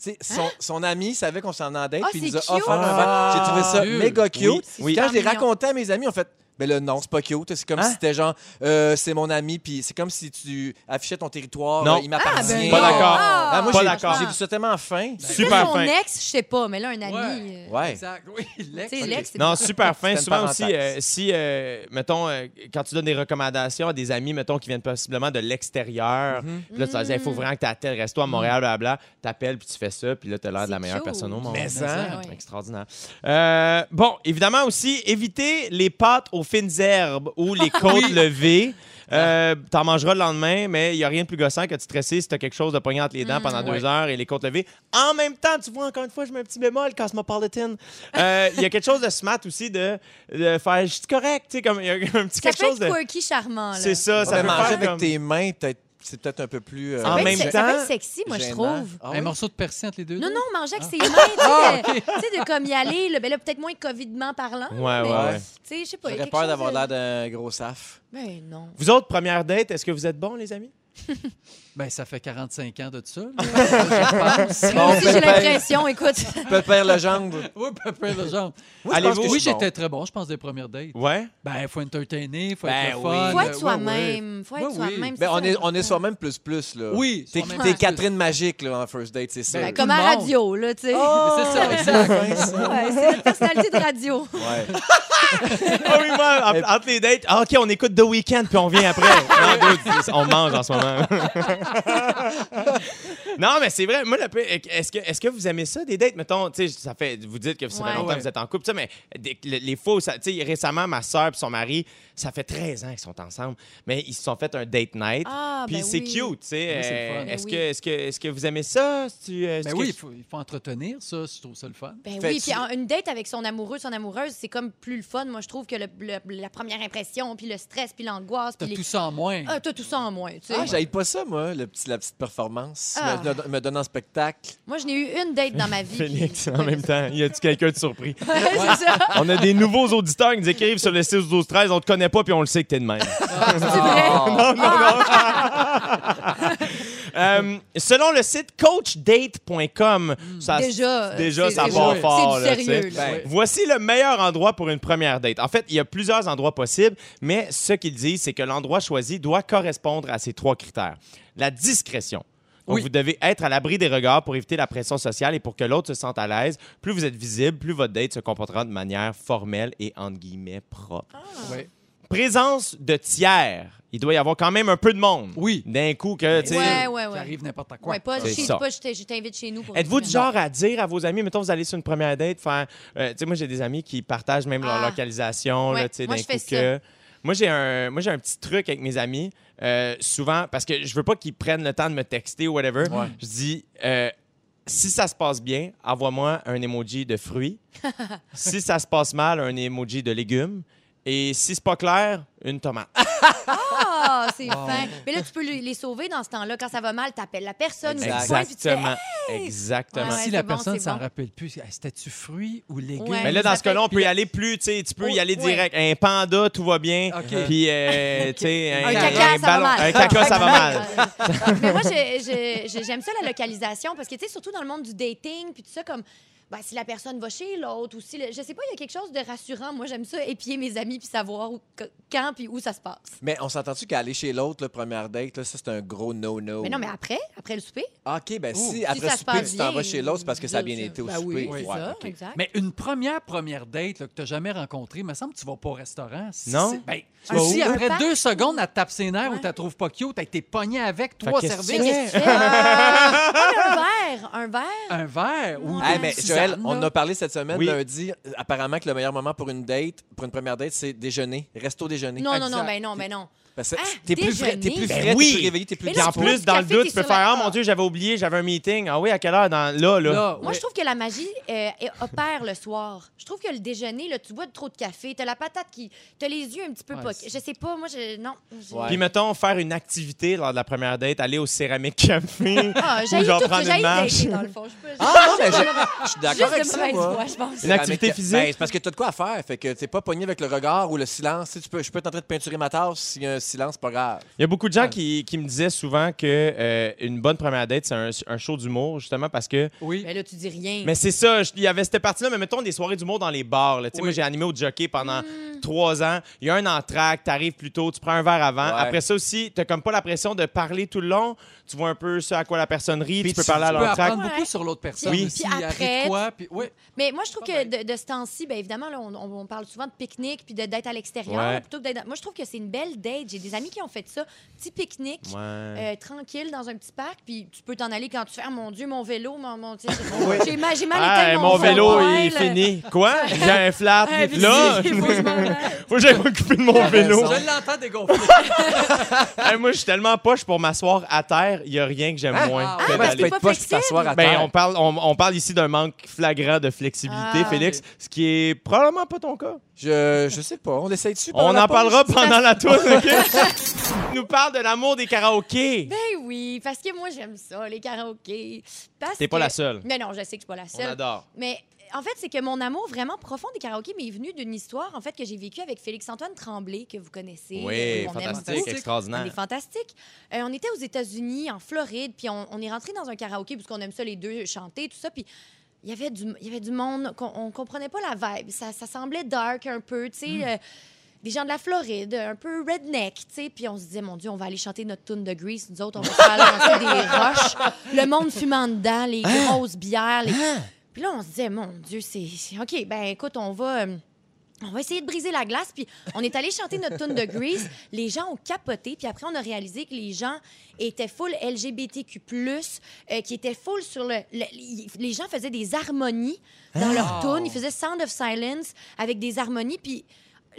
Tu sais, son, son ami savait qu'on s'en en date,
Hein? Ah,
puis il
c'est
nous a
cute.
offert un
Ah,
verre. J'ai trouvé ça
cute.
méga cute.
Oui,
C'est
oui.
Quand
super
je l'ai
mignon.
raconté à mes amis, en fait, ben là, non, c'est pas cute. C'est comme
Hein?
si c'était genre, Euh, c'est mon ami, puis c'est comme si tu affichais ton territoire,
Non.
euh, il m'appartient.
ben Pas non. d'accord.
Ah,
Ah, moi,
Pas
j'ai-
d'accord.
J'ai vu ça tellement fin.
C'est
Super
son
fin.
ex, je sais pas, mais là, un ami. euh,
Ouais.
Exact. Oui, l'ex.
Tu sais,
OK.
l'ex, c'est
Non, super fin.
C'était une
Souvent aussi,
parenthèse.
euh, si, euh, mettons, euh, quand tu donnes des recommandations à des amis, mettons, qui viennent possiblement de l'extérieur, puis là, tu leur dis, il faut vraiment que tu tel resto à Montréal, blablabla. T'appelles, puis tu fais ça, puis là, t'as l'air de la
Mm. C'est
meilleure
cute.
personne au monde.
Mais ça. hein.
ça, ouais.
Extraordinaire. Euh, bon, évidemment aussi, éviter les pâtes aux fines herbes ou les côtes levées.
Ah.
Euh, T'en mangeras le lendemain, mais il n'y a rien de plus gossant que de stresser si t'as quelque chose de poignant entre les
Mm.
dents pendant deux
Ouais.
heures et les côtes levées. En même temps, tu vois, encore une fois, je mets un petit bémol, cosmopolitan. Euh, Il y a quelque chose de smart aussi de, de faire je suis correct, tu sais, comme il y a un petit
Ça
quelque
peut
chose
être
de.
quirky, charmant. là.
C'est ça,
Ça
ça peut
manger
faire
avec
comme-
tes mains, peut-être, c'est peut-être un peu plus. euh,
Ça
En
peut être
même
se-
temps-
Ça peut être sexy, moi, je
gênant.
trouve.
Ah
Un
oui?
morceau de persil entre les deux.
Non,
là.
non, manger avec ses mains, tu sais, de- tu sais, de comme y aller, là, ben là, peut-être moins COVID-ment parlant.
Ouais,
mais,
ouais, ouais.
Tu sais, je sais pas. il y a
J'aurais
quelque
peur
chose
d'avoir
de-
l'air d'un gros saf.
Ben non.
Vous autres, première date, est-ce que vous êtes bons, les amis?
Ben, ça fait 45 ans de ça. là. Je pense.
Bon,
Moi aussi, j'ai
ben, ben.
l'impression, écoute.
Peut perdre la jambe.
Oui, peu près le genre.
je pense
Allez-vous-
que je
Oui,
suis bon.
j'étais très bon, je pense, des premières dates.
Ouais.
Ben, il faut entertainer, il faut
Ben
être le fun.
Faut
euh,
être
ouais,
soi-même. Faut
Ouais,
être
oui.
soi-même.
Ben,
c'est
on
ça,
est, on est
l'important.
soi-même plus plus, là.
ouais. Oui,
T'es
soi-même.
t'es Catherine Magique, là, en first date, c'est sûr.
Ben,
Comme
Tout
à
le monde. Oh!
radio, là, tu sais.
Mais c'est ça, exact.
Oh! Ouais, c'est notre personnalité de radio.
Ouais.
Ah oui, moi, en- entre les dates, ah, OK, on écoute The Weeknd, puis on vient après. Non, dude, on mange en ce moment. non, mais c'est vrai. Moi, le peu- est-ce que, est-ce que vous aimez ça, des dates? Mettons, tu sais, ça fait, vous dites que ça fait
Ouais.
longtemps que vous êtes en couple, tu sais, mais des- le- les faux, ça- tu sais, récemment, ma soeur et son mari, ça fait 13 ans qu'ils sont ensemble, mais ils se sont fait un date night.
Ah,
puis
ben
c'est
oui.
cute, tu sais.
Oui, c'est le
euh,
fun.
Est-ce
Ben
que,
oui.
est-ce que, est-ce que vous aimez ça? Est-ce que- est-ce
Ben
que-
oui, il faut, il faut entretenir ça, je trouve ça le fun.
Ben
Fais-tu-
oui, puis en- une date avec son amoureux, son amoureuse, c'est comme plus le fun. Moi, je trouve que le- le- la première impression, puis le stress, puis l'angoisse,
T'as
puis les...
tout ça en moins.
Ah, t'as tout ça en moins, tu sais.
Ah, j'aille pas ça, moi, le petit, la petite performance.
Ah.
Me, me- me donne en spectacle.
Moi, je n'ai eu une date dans ma vie.
Félix,
puis-
en même temps, y a-tu quelqu'un de surpris?
Ouais, c'est ça.
On a des nouveaux auditeurs qui nous écrivent sur le 6 12 13 on te connaît pas puis on le sait que t'es de même.
C'est vrai.
Euh, selon le site coachdate.com, ça
Déjà.
déjà
c'est-
ça
c'est-
va
c'est
fort
du
là, tu sais.
sérieux, là.
Ben,
Voici le meilleur endroit pour une première date. En fait, il y a plusieurs endroits possibles, mais ce qu'ils disent, c'est que l'endroit choisi doit correspondre à ces trois critères. La discrétion. Donc,
Oui.
vous devez être à l'abri des regards pour éviter la pression sociale et pour que l'autre se sente à l'aise. Plus vous êtes visible, plus votre date se comportera de manière formelle et entre guillemets propre.
Ouais.
Présence de tiers. Il doit y avoir quand même un peu de monde.
Oui.
D'un coup que, tu sais,
Ouais, ouais, ouais.
J'arrive n'importe quoi.
Ouais, pas,
C'est
chez-
ça.
pas je t'ai- je t'invite chez nous. pour
Êtes-vous
une
du
semaine.
genre à dire à vos amis, mettons, vous allez sur une première date, faire. euh, tu sais, moi, j'ai des amis qui partagent même leur
Ah.
localisation, là,
Ouais,
tu sais, d'un
moi, je fais
coup que. Moi, j'ai un, moi, j'ai un petit truc avec mes amis, euh, souvent, parce que je veux pas qu'ils prennent le temps de me texter ou whatever. Je dis. euh, si ça se passe bien, envoie-moi un emoji de fruits. si ça se passe mal, un emoji de légumes. Et si c'est pas clair, une tomate.
Ah, c'est fin. Mais là, tu peux les les sauver dans ce temps-là. Quand ça va mal, t'appelles la personne ou tu
Exact.
pointes, puis tu fais,
Exactement.
Mais
Exactement.
Ouais,
si
c'est
la
bon,
personne
c'est
s'en
bon.
rappelle plus, hey, c'était-tu fruit ou légumes?
Ouais.
Mais là,
Ça
dans ce cas-là, on
fait-
peut y aller plus, tu sais, tu peux y
Oh,
aller
ouais.
direct. Un panda, tout va bien.
OK.
Puis, euh, tu sais,
Un caca, ça va mal.
un caca, ça va mal.
mal. Mais moi, je- je- je- j'aime ça, la localisation, parce que, tu sais, surtout dans le monde du dating, puis tout ça, comme... ben, si la personne va chez l'autre ou si... le- Je sais pas, il y a quelque chose de rassurant. Moi, j'aime ça, épier mes amis puis savoir où- que- quand puis où ça se passe.
Mais on s'entend-tu qu'aller chez l'autre, le première date, là, ça, c'est un gros no-no.
Mais non, mais après, après le souper,
Ah, OK, ben
Ouh.
si,
Si
Oh. après
ça se
souper,
passe
tu t'en
bien,
vas chez l'autre, c'est parce que ça a bien
je-
été au
Ben
souper.
oui,
c'est
Ouais,
ça,
OK.
exact.
Mais une première première date là, que tu n'as jamais rencontrée, me semble que tu vas pas au restaurant. Si
Non.
c'est- Ben,
vas
si
où?
après
Un parc?
deux secondes, elle te tape ses nerfs ou
Ouais.
tu la trouves pas cute, elle été pognée avec trois
qu'est-ce que tu
Mais
services.
qu'est-ce que tu fais? Ah, mais un verre, un verre.
Un verre
Ah,
ou
Hey,
une
mais
tisane,
Joël, on en
là.
a parlé cette semaine,
Oui.
lundi. Apparemment que le meilleur moment pour une date, pour une première date, c'est déjeuner. Resto déjeuner.
Non, non, non,
Exact.
ben non, ben non.
Parce que
Ah,
t'es plus frais, t'es plus
déjeuner.
frais,
Ben
t'es
oui.
plus réveillé, t'es plus
Mais
Puis
là,
en
tu bois
plus,
du
dans le
café,
doute,
t'es
tu peux
sur la
faire Ah
table.
mon Dieu, j'avais oublié, j'avais un meeting. Ah oui, à quelle heure dans là, là?
Là,
Moi,
ouais.
je trouve que la magie euh, est- opère le soir. Je trouve que le déjeuner, là, tu bois trop de café, t'as la patate qui. T'as les yeux un petit peu
Ouais,
poqués.
c'est-
Je sais pas, moi, je. Non. je-
Ouais.
Puis mettons, faire une activité lors de la première date, aller au céramique café.
Ah, j'ai
Ou genre
tout
prendre
ça,
une
j'ai
marche.
dans le fond. Je peux,
Ah non, mais je, je suis
juste
d'accord avec
de
ça,
mauvaise
moi.
voix, je pense.
Une activité
Ben,
physique?
c'est parce que t'as de quoi à faire. Fait que t'es pas pogné avec le regard ou le silence. Si tu peux, je peux être en train de peinturer ma tasse. S'il y a un silence, pas grave.
Ah,
Il y a beaucoup de gens qui, qui me disaient souvent que euh, une bonne première date, c'est un, un show d'humour, justement, parce que.
Oui.
Mais là, tu dis rien.
Mais c'est ça, je- il y avait cette partie-là, mais mettons des soirées d'humour dans les bars. là. Tu sais,
Oui.
Moi, j'ai animé au jockey pendant trois ans. Il y a un entraque, t'arrives plus tôt, tu prends un verre avant.
Ouais.
Après ça aussi, t'as comme pas la pression de parler tout le long. Tu vois un peu ce à quoi la personne rit,
Puis
tu peux
tu-
parler
tu
à
Tu peux
l'entraque.
apprendre
Ouais.
beaucoup sur l'autre personne.
Oui.
aussi,
Puis
elle rit de
après-
quoi, puis- oui.
Mais moi, je trouve
Pas
que de, de ce temps-ci, bien évidemment, là, on, on- on parle souvent de pique-nique puis de- d'être à l'extérieur
Ouais.
plutôt que d'être. dans- Moi, je trouve que c'est une belle date. J'ai des amis qui ont fait ça. Petit pique-nique.
Ouais.
euh, tranquille dans un petit parc, puis tu peux t'en aller quand tu fais Ah, mon Dieu, mon vélo, mon, mon- tu sais, j'ai mal, j'ai mal
Ah,
éteint
mon vélo est
voile.
fini. Quoi? J'ai un flat.
Ah, puis
là,
c'est- faut que je m'en aille.
moi, j'ai m'occuper de mon
T'as
vélo.
raison.
Je l'entends dégonfler.
Hey, moi, je suis tellement poche pour m'asseoir à terre, il y a rien que j'aime
Ah,
moins
ah,
que
ouais,
Ben,
d'aller
tu peux
c'est pas
être poche
flexible.
s'asseoir à
Ben,
terre.
on, parle, on, on parle ici d'un manque flagrant de flexibilité,
Ah,
Félix, ce qui est probablement pas ton cas.
Je, je sais pas. On l'essaye dessus.
On en parlera pendant la tour. nous parle de l'amour des karaokés.
Ben oui, parce que moi, j'aime ça, les karaokés. Parce
T'es pas
que-
la seule.
Mais non, je sais que je suis pas la
On
seule.
adore.
Mais en fait, c'est que mon amour vraiment profond des karaokés m'est venu d'une histoire en fait que j'ai vécue avec Félix-Antoine Tremblay, que vous connaissez. euh,
Oui,
qu'on aime
fantastique,
beaucoup. On est
extraordinaire.
fantastique. Euh, on était aux États-Unis, en Floride, puis on, on est rentré dans un karaoké parce qu'on aime ça les deux chanter, tout ça. Puis il y avait du, il y avait du monde, qu'on- on, comprenait pas la vibe. Ça, ça semblait dark un peu, tu sais. euh, des gens de la Floride, un peu redneck, tu sais. Puis on se disait, mon Dieu, on va aller chanter notre tune de Grease. Nous autres, on va se faire lancer des roches. Le monde fumant dedans, les grosses bières. les- Puis là, on se disait, mon Dieu, c'est... c'est- OK, ben écoute, on va... euh, on va essayer de briser la glace. Puis on est allé chanter notre tune de Grease. Les gens ont capoté. Puis après, on a réalisé que les gens étaient full LGBTQ, euh, qui étaient full sur le, le- y- Les gens faisaient des harmonies dans leur
Oh.
tune. Ils faisaient Sound of Silence avec des harmonies. Puis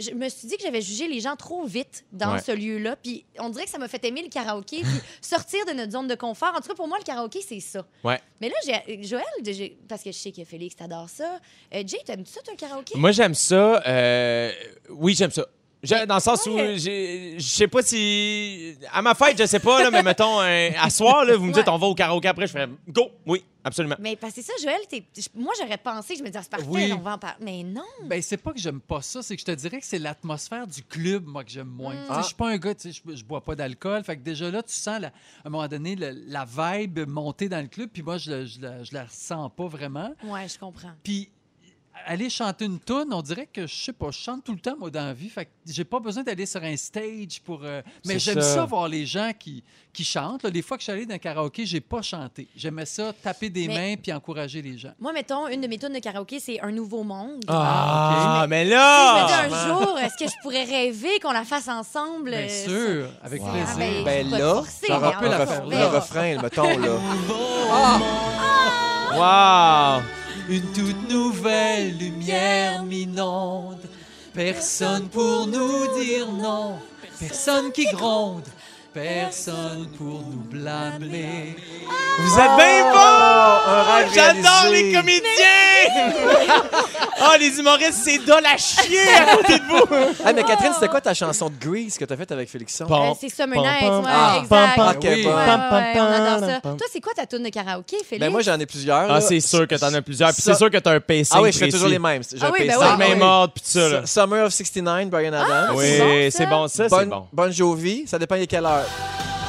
je me suis dit que j'avais jugé les gens trop vite dans
Ouais.
ce lieu-là. Puis on dirait que ça m'a fait aimer le karaoké. Puis sortir de notre zone de confort. En tout cas, pour moi, le karaoké, c'est ça.
Ouais.
Mais là, j'ai- Joël, j'ai- parce que je sais que Félix, t'adores ça. Euh, Jay, t'aimes-tu ça, toi, le karaoké?
Moi, j'aime ça. euh, Oui, j'aime ça. J'ai- Dans le sens où
Ouais.
j'ai- je sais pas si. À ma fête, je sais pas, là, mais mettons, un- à soir, là, vous me dites
Ouais.
on va au karaoké après, je fais go. Oui, absolument.
Mais parce que ça, Joël, t'es- j- moi, j'aurais pensé, je me disais, Ah, c'est parfait,
Oui.
on va en parler. Mais non,
Ben, c'est pas que j'aime pas ça, c'est que je te dirais que c'est l'atmosphère du club, moi, que j'aime moins. Tu sais, Je suis pas un gars, tu sais, je je bois pas d'alcool. Fait que déjà là, tu sens, la- à un moment donné, le- la vibe monter dans le club, puis moi, je, le- je la- je la ressens pas vraiment.
ouais, je comprends.
Puis aller chanter une toune, on dirait que je sais pas, je chante tout le temps moi dans la vie, fait que j'ai pas besoin d'aller sur un stage pour euh, mais
C'est
j'aime
ça.
ça. voir les gens qui qui chantent. là. Les fois que je suis allé dans un karaoké, j'ai pas chanté. J'aimais ça taper des
Mais-
mains puis encourager les gens.
Moi, mettons, une de mes tunes de karaoké, c'est Un nouveau monde.
Ah, mais
Si
là.
je me dis un jour, est-ce que je pourrais rêver qu'on la fasse ensemble?
Bien
euh,
sûr, avec
Wow.
plaisir.
Ah, ben,
Ben
faut pas
là,
forcer,
ça
mais
aura
on
peu le,
va
ref-
faire
le
là.
refrain, le mettons, là.
Wow!
Une toute nouvelle lumière m'inonde. Personne pour nous dire non. Personne qui gronde. Personne pour nous blâmer.
Vous êtes bien
un
bons!
rêve
J'adore
réalisé.
les comédiens! Ah, les humoristes, c'est dol à chier à côté de vous!
Ah, mais Catherine, c'était quoi ta chanson de Grease que t'as faite avec Félixon?
Euh, c'est Summer
pom,
Nights,
pom,
ouais,
ah,
exact.
pom,
Ouais,
pom,
ouais,
pom, pom,
ouais, on adore ça.
pom.
Toi, c'est quoi ta tune de karaoké, Félix?
Ben, moi, j'en ai plusieurs.
Ah,
là.
c'est sûr que t'en as plusieurs. Puis c'est sûr que t'as un pacing.
Ah oui, je fais
précis.
toujours les mêmes. J'ai
Ah
un
oui, ben
pacing.
C'est
ouais,
le même
ouais.
ordre, puis tout ça, là.
Su- Summer of 69, Brian Adams.
c'est bon,
Oui,
ça.
c'est bon, ça, c'est
Bonne,
bon.
Bonne Jovi, ça dépend de quelle heure.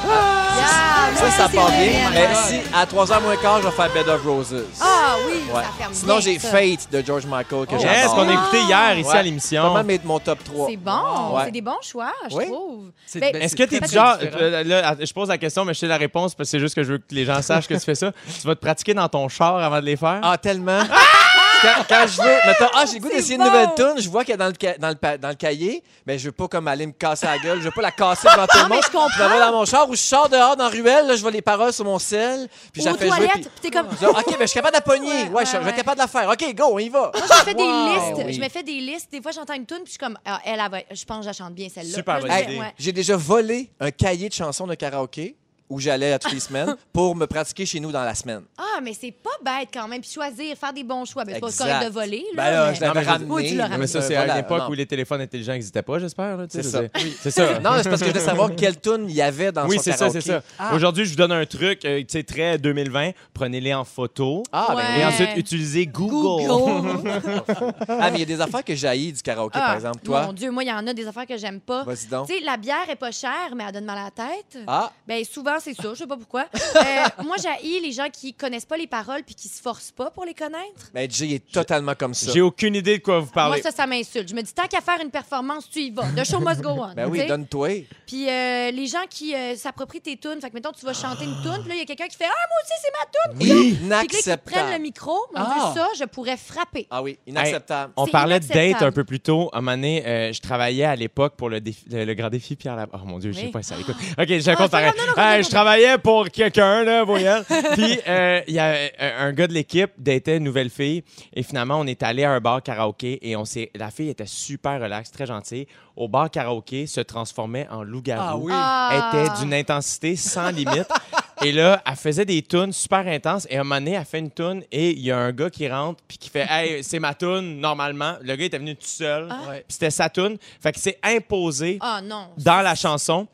Yeah,
Ah, Ça, ça
Ah, c'est
part
vrai,
bien.
ouais.
Mais si à 3h moins quart, je vais faire Bed of Roses.
Ah oui,
Ouais.
ça ferme
Sinon,
bien,
j'ai
ça. Oh. Ah!
Fate de George Michael que
Yes,
j'adore.
qu'on a écouté hier ici
Ouais.
à
C'est pas
l'émission.
mal mes- mon top 3.
C'est bon,
Ouais.
c'est des bons choix, je
Oui.
trouve.
C'est-
Ben,
ben,
Est-ce que
c'est
t'es
très,
du
très
genre.
différent.
euh, Là, je pose la question, mais je sais la réponse parce que c'est juste que je veux que les gens sachent que tu fais ça. Tu vas te pratiquer dans ton char avant de les faire?
Ah, tellement. Quand, quand je veux, mettons, ah, j'ai le goût
C'est
d'essayer
bon.
une nouvelle tune, je vois qu'elle est dans le, ca- dans, le, pa- dans le cahier, mais je veux pas comme aller me casser la gueule, je veux pas la casser devant tout le
Ah, mais
monde.
je comprends.
la vois dans mon char ou je sors dehors dans la ruelle, là, je vois les paroles sur mon sel, puis je la
Aux
fais jouer.
toilettes,
Puis...
puis t'es comme...
je dis, OK, ben, je suis capable de la
Ouais,
pogner. Ouais, je, suis-
ouais,
je vais
ouais.
être capable de la faire. OK, go, on y va.
Je fais
Wow. Ben
des listes,
Oui.
je me fais des listes. Des fois, j'entends une tune, puis je suis comme, ah, elle, elle va- je pense que je la chante bien celle-là.
Super
Là, je
bonne
fais-
idée.
ouais.
J'ai déjà volé un cahier de chansons de karaoké où j'allais à toutes les semaines pour me pratiquer chez nous dans la semaine.
Ah, mais c'est pas bête quand même. Puis choisir, faire des bons choix. Ben, c'est pas
Exact.
correct de voler. Là,
Ben là,
mais-
je l'avais
Oui, tu
ramené,
l'as
mais
Euh, Non,
ramené.
mais ça, c'est
Voilà,
à l'époque
non.
où les téléphones intelligents n'existaient pas, j'espère. là, tu sais,
C'est
je
ça.
veux dire. C'est ça.
Non, c'est parce que je voulais savoir quelle tune il y avait dans
Oui,
son
c'est ça,
karaoké. Ah.
c'est ça. Aujourd'hui, je vous donne un truc, euh, tu sais, très 2020. Prenez-les en photo.
Ah, ben,
Ouais.
Et ensuite, utilisez Google.
Google.
ah, mais il y a des affaires que j'haïs du karaoké,
Ah,
par exemple. Toi,
Mon Dieu, moi, il y en a des affaires que j'aime pas.
vas-y donc.
Tu sais, la bière est pas chère, mais elle donne mal à la tête.
Ah,
Ben souvent, c'est ça. Je sais pas pourquoi. Euh, moi, j'haïs les gens qui connaissent pas les paroles puis qui se forcent pas pour les connaître.
ben Jay est totalement comme ça.
J'ai aucune idée de quoi vous parlez.
Moi, ça, ça m'insulte. Je me dis, tant qu'à faire une performance, tu y vas. The show must go on.
Ben
tu
oui,
sais.
donne-toi.
Puis euh, les gens qui euh, s'approprient tes tunes, fait que mettons, tu vas chanter une tune, puis là, il y a quelqu'un qui fait Ah, moi aussi, c'est ma tune. Puis que là, qui prennent le
Inacceptable.
micro, mon
Ah.
Dieu, ça, je pourrais frapper.
Ah oui, inacceptable.
On
C'est
parlait de date
inacceptable.
un peu plus tôt. À un moment donné, euh, je travaillais à l'époque pour le, défi- le, le grand défi Pierre Lab. Oh mon Dieu, je sais
Oui. Ah,
pas si ça écoute. OK, je
non,
compte pareil.
non, non,
Hey,
non,
je
non.
travaillais pour quelqu'un, là, voyons. Puis, euh, il y avait euh, un gars de l'équipe datait une nouvelle fille. Et finalement, on est allé à un bar karaoké et on s'est... la fille était super relaxe, très gentille. Au bar karaoké, se transformait en loup-garou
Ah oui.
Ah.
était d'une intensité sans limite. Et là, elle faisait des tunes super intenses. Et à un moment donné, elle fait une tune et il y a un gars qui rentre puis qui fait Hey, c'est ma tune, normalement. Le gars était venu tout seul.
Ouais.
Puis c'était sa tune. Fait qu'il s'est imposé
Ah non.
dans la chanson.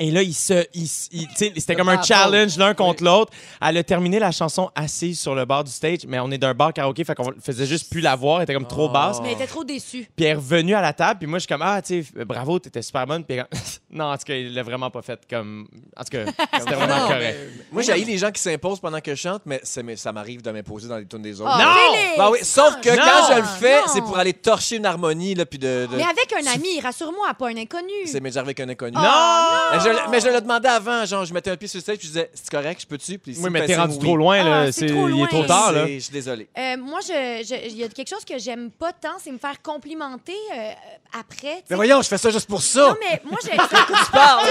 Et là, il se, il s- il- tu sais, c'était comme un
battle.
challenge l'un contre
Oui.
l'autre. Elle a terminé la chanson assise sur le bord du stage, mais on est d'un bar karaoké, fait qu'on faisait juste plus la voir, elle était comme trop basse.
Mais elle était trop déçue.
Puis elle est revenue à la table, puis moi, je suis comme, ah, tu sais, euh, bravo, t'étais super bonne. Puis elle est comme, non, en tout cas, il l'a vraiment pas fait comme. En tout cas, c'était vraiment
Non,
correct.
Moi, j'haïs les gens qui s'imposent pendant que je chante, mais c'est- mais ça m'arrive de m'imposer dans les tunes des autres.
Ah,
Non!
Félix!
Ben oui, sauf que
Non!
quand je le fais,
Non!
c'est pour aller torcher une harmonie, là, puis de. de-
Mais avec un ami, rassure-moi, pas un inconnu.
C'est m'énerver avec un inconnu.
Ah,
Mais je, mais je le demandais avant, genre, je mettais un pied sur le stage, puis je disais, c'est correct, je peux-tu? Puis
Oui,
s'il
mais
me
t'es
fait
rendu
signe,
trop
oui.
loin, là.
Ah, c'est
C'est-
trop
Il est
loin.
trop tard, là.
C'est- Je suis désolé.
Euh, moi, je- je- il y a quelque chose que j'aime pas tant, c'est me faire complimenter euh, après. tu sais.
Mais voyons, je fais ça juste pour ça.
non, mais moi, je.
Tu parles.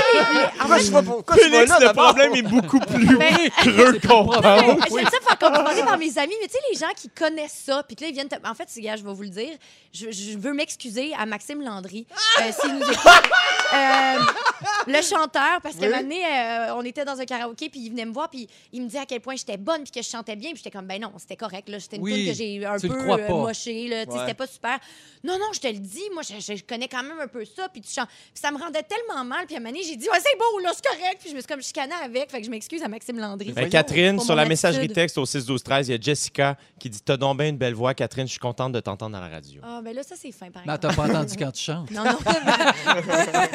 Pourquoi je vois pas- pourquoi tu vas
Félix,
là,
le
d'abord?
problème est beaucoup plus
Ben-
creux qu'on
Ah,
pense.
J'aime ça faire complimenter par mes amis, mais tu sais, les gens qui connaissent ça, puis que là, ils viennent. te- En fait, c'est- gars, je vais vous le dire, je, je veux m'excuser à Maxime Landry, euh, s'il nous écoute. Euh, le chanteur, parce que un moment donné, euh, on était dans un karaoké, puis il venait me voir, puis il me dit à quel point j'étais bonne, puis que je chantais bien, puis j'étais comme, ben non, c'était correct, là, c'était une
Oui,
tune que j'ai un
tu le
peu
crois
euh,
pas.
mochée, là, tu sais,
Ouais.
c'était pas super. Non, non, je te le dis, moi, je, je connais quand même un peu ça, puis tu chantes. Puis ça me rendait tellement mal, puis à un moment donné, j'ai dit, ouais, c'est beau, là, c'est correct, puis je me suis comme chicanée avec, fait que je m'excuse à Maxime Landry.
Ben, Catherine,
Pour
sur
mon
la messagerie
attitude.
texte au 6-12-13, il y a Jessica qui dit T'as donc bien une belle voix, Catherine, je suis contente de t'entendre dans la radio.
Ah, ben là, ça, c'est fin, par
Mais t'as
exemple.
pas entendu quand tu chantes.
Non, non,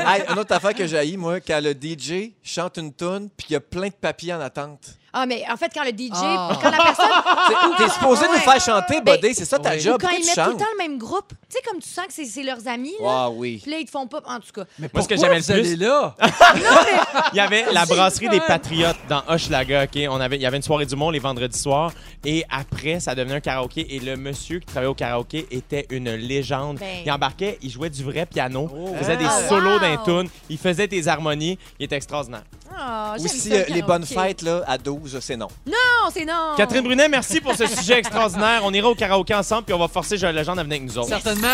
Hey, une autre affaire que j'ai moi, quand le DJ chante une toune puis qu'il y a plein de papiers en attente.
Ah, mais en fait, quand le DJ,
Ah.
quand la personne,
T'sais, T'es supposé nous
ah, Ouais.
faire chanter,
Ben,
Buddy, c'est ça ta
oui.
job.
quand
Pourquoi
ils
tu
mettent tout le
chantes?
temps le même groupe, tu sais, comme tu sens que c'est- c'est leurs amis, là,
Ah oui.
puis là, ils te font pas, en tout cas.
Mais
Moi, ce que
pourquoi
j'aimais le
vous allez
plus- Ah
là?
Il y avait la
J'ai
brasserie
peur.
des Patriotes dans Hochelaga, OK? On avait, il y avait une soirée du monde les vendredis soirs. Et après, ça devenait un karaoké. Et le monsieur qui travaillait au karaoké était une légende.
Ben.
Il embarquait, il jouait du vrai piano,
Oh.
il faisait des
Ah,
solos
wow.
d'un tune, il faisait des harmonies. Il était extraordinaire.
Ah, j'aime
Aussi,
ça,
euh,
le
les bonnes
karaoké.
fêtes là, à 12, c'est non.
Non, c'est non.
Catherine Brunet, merci pour ce sujet extraordinaire. On ira au karaoké ensemble, puis on va forcer Joël Legendre à venir avec nous autres.
Certainement.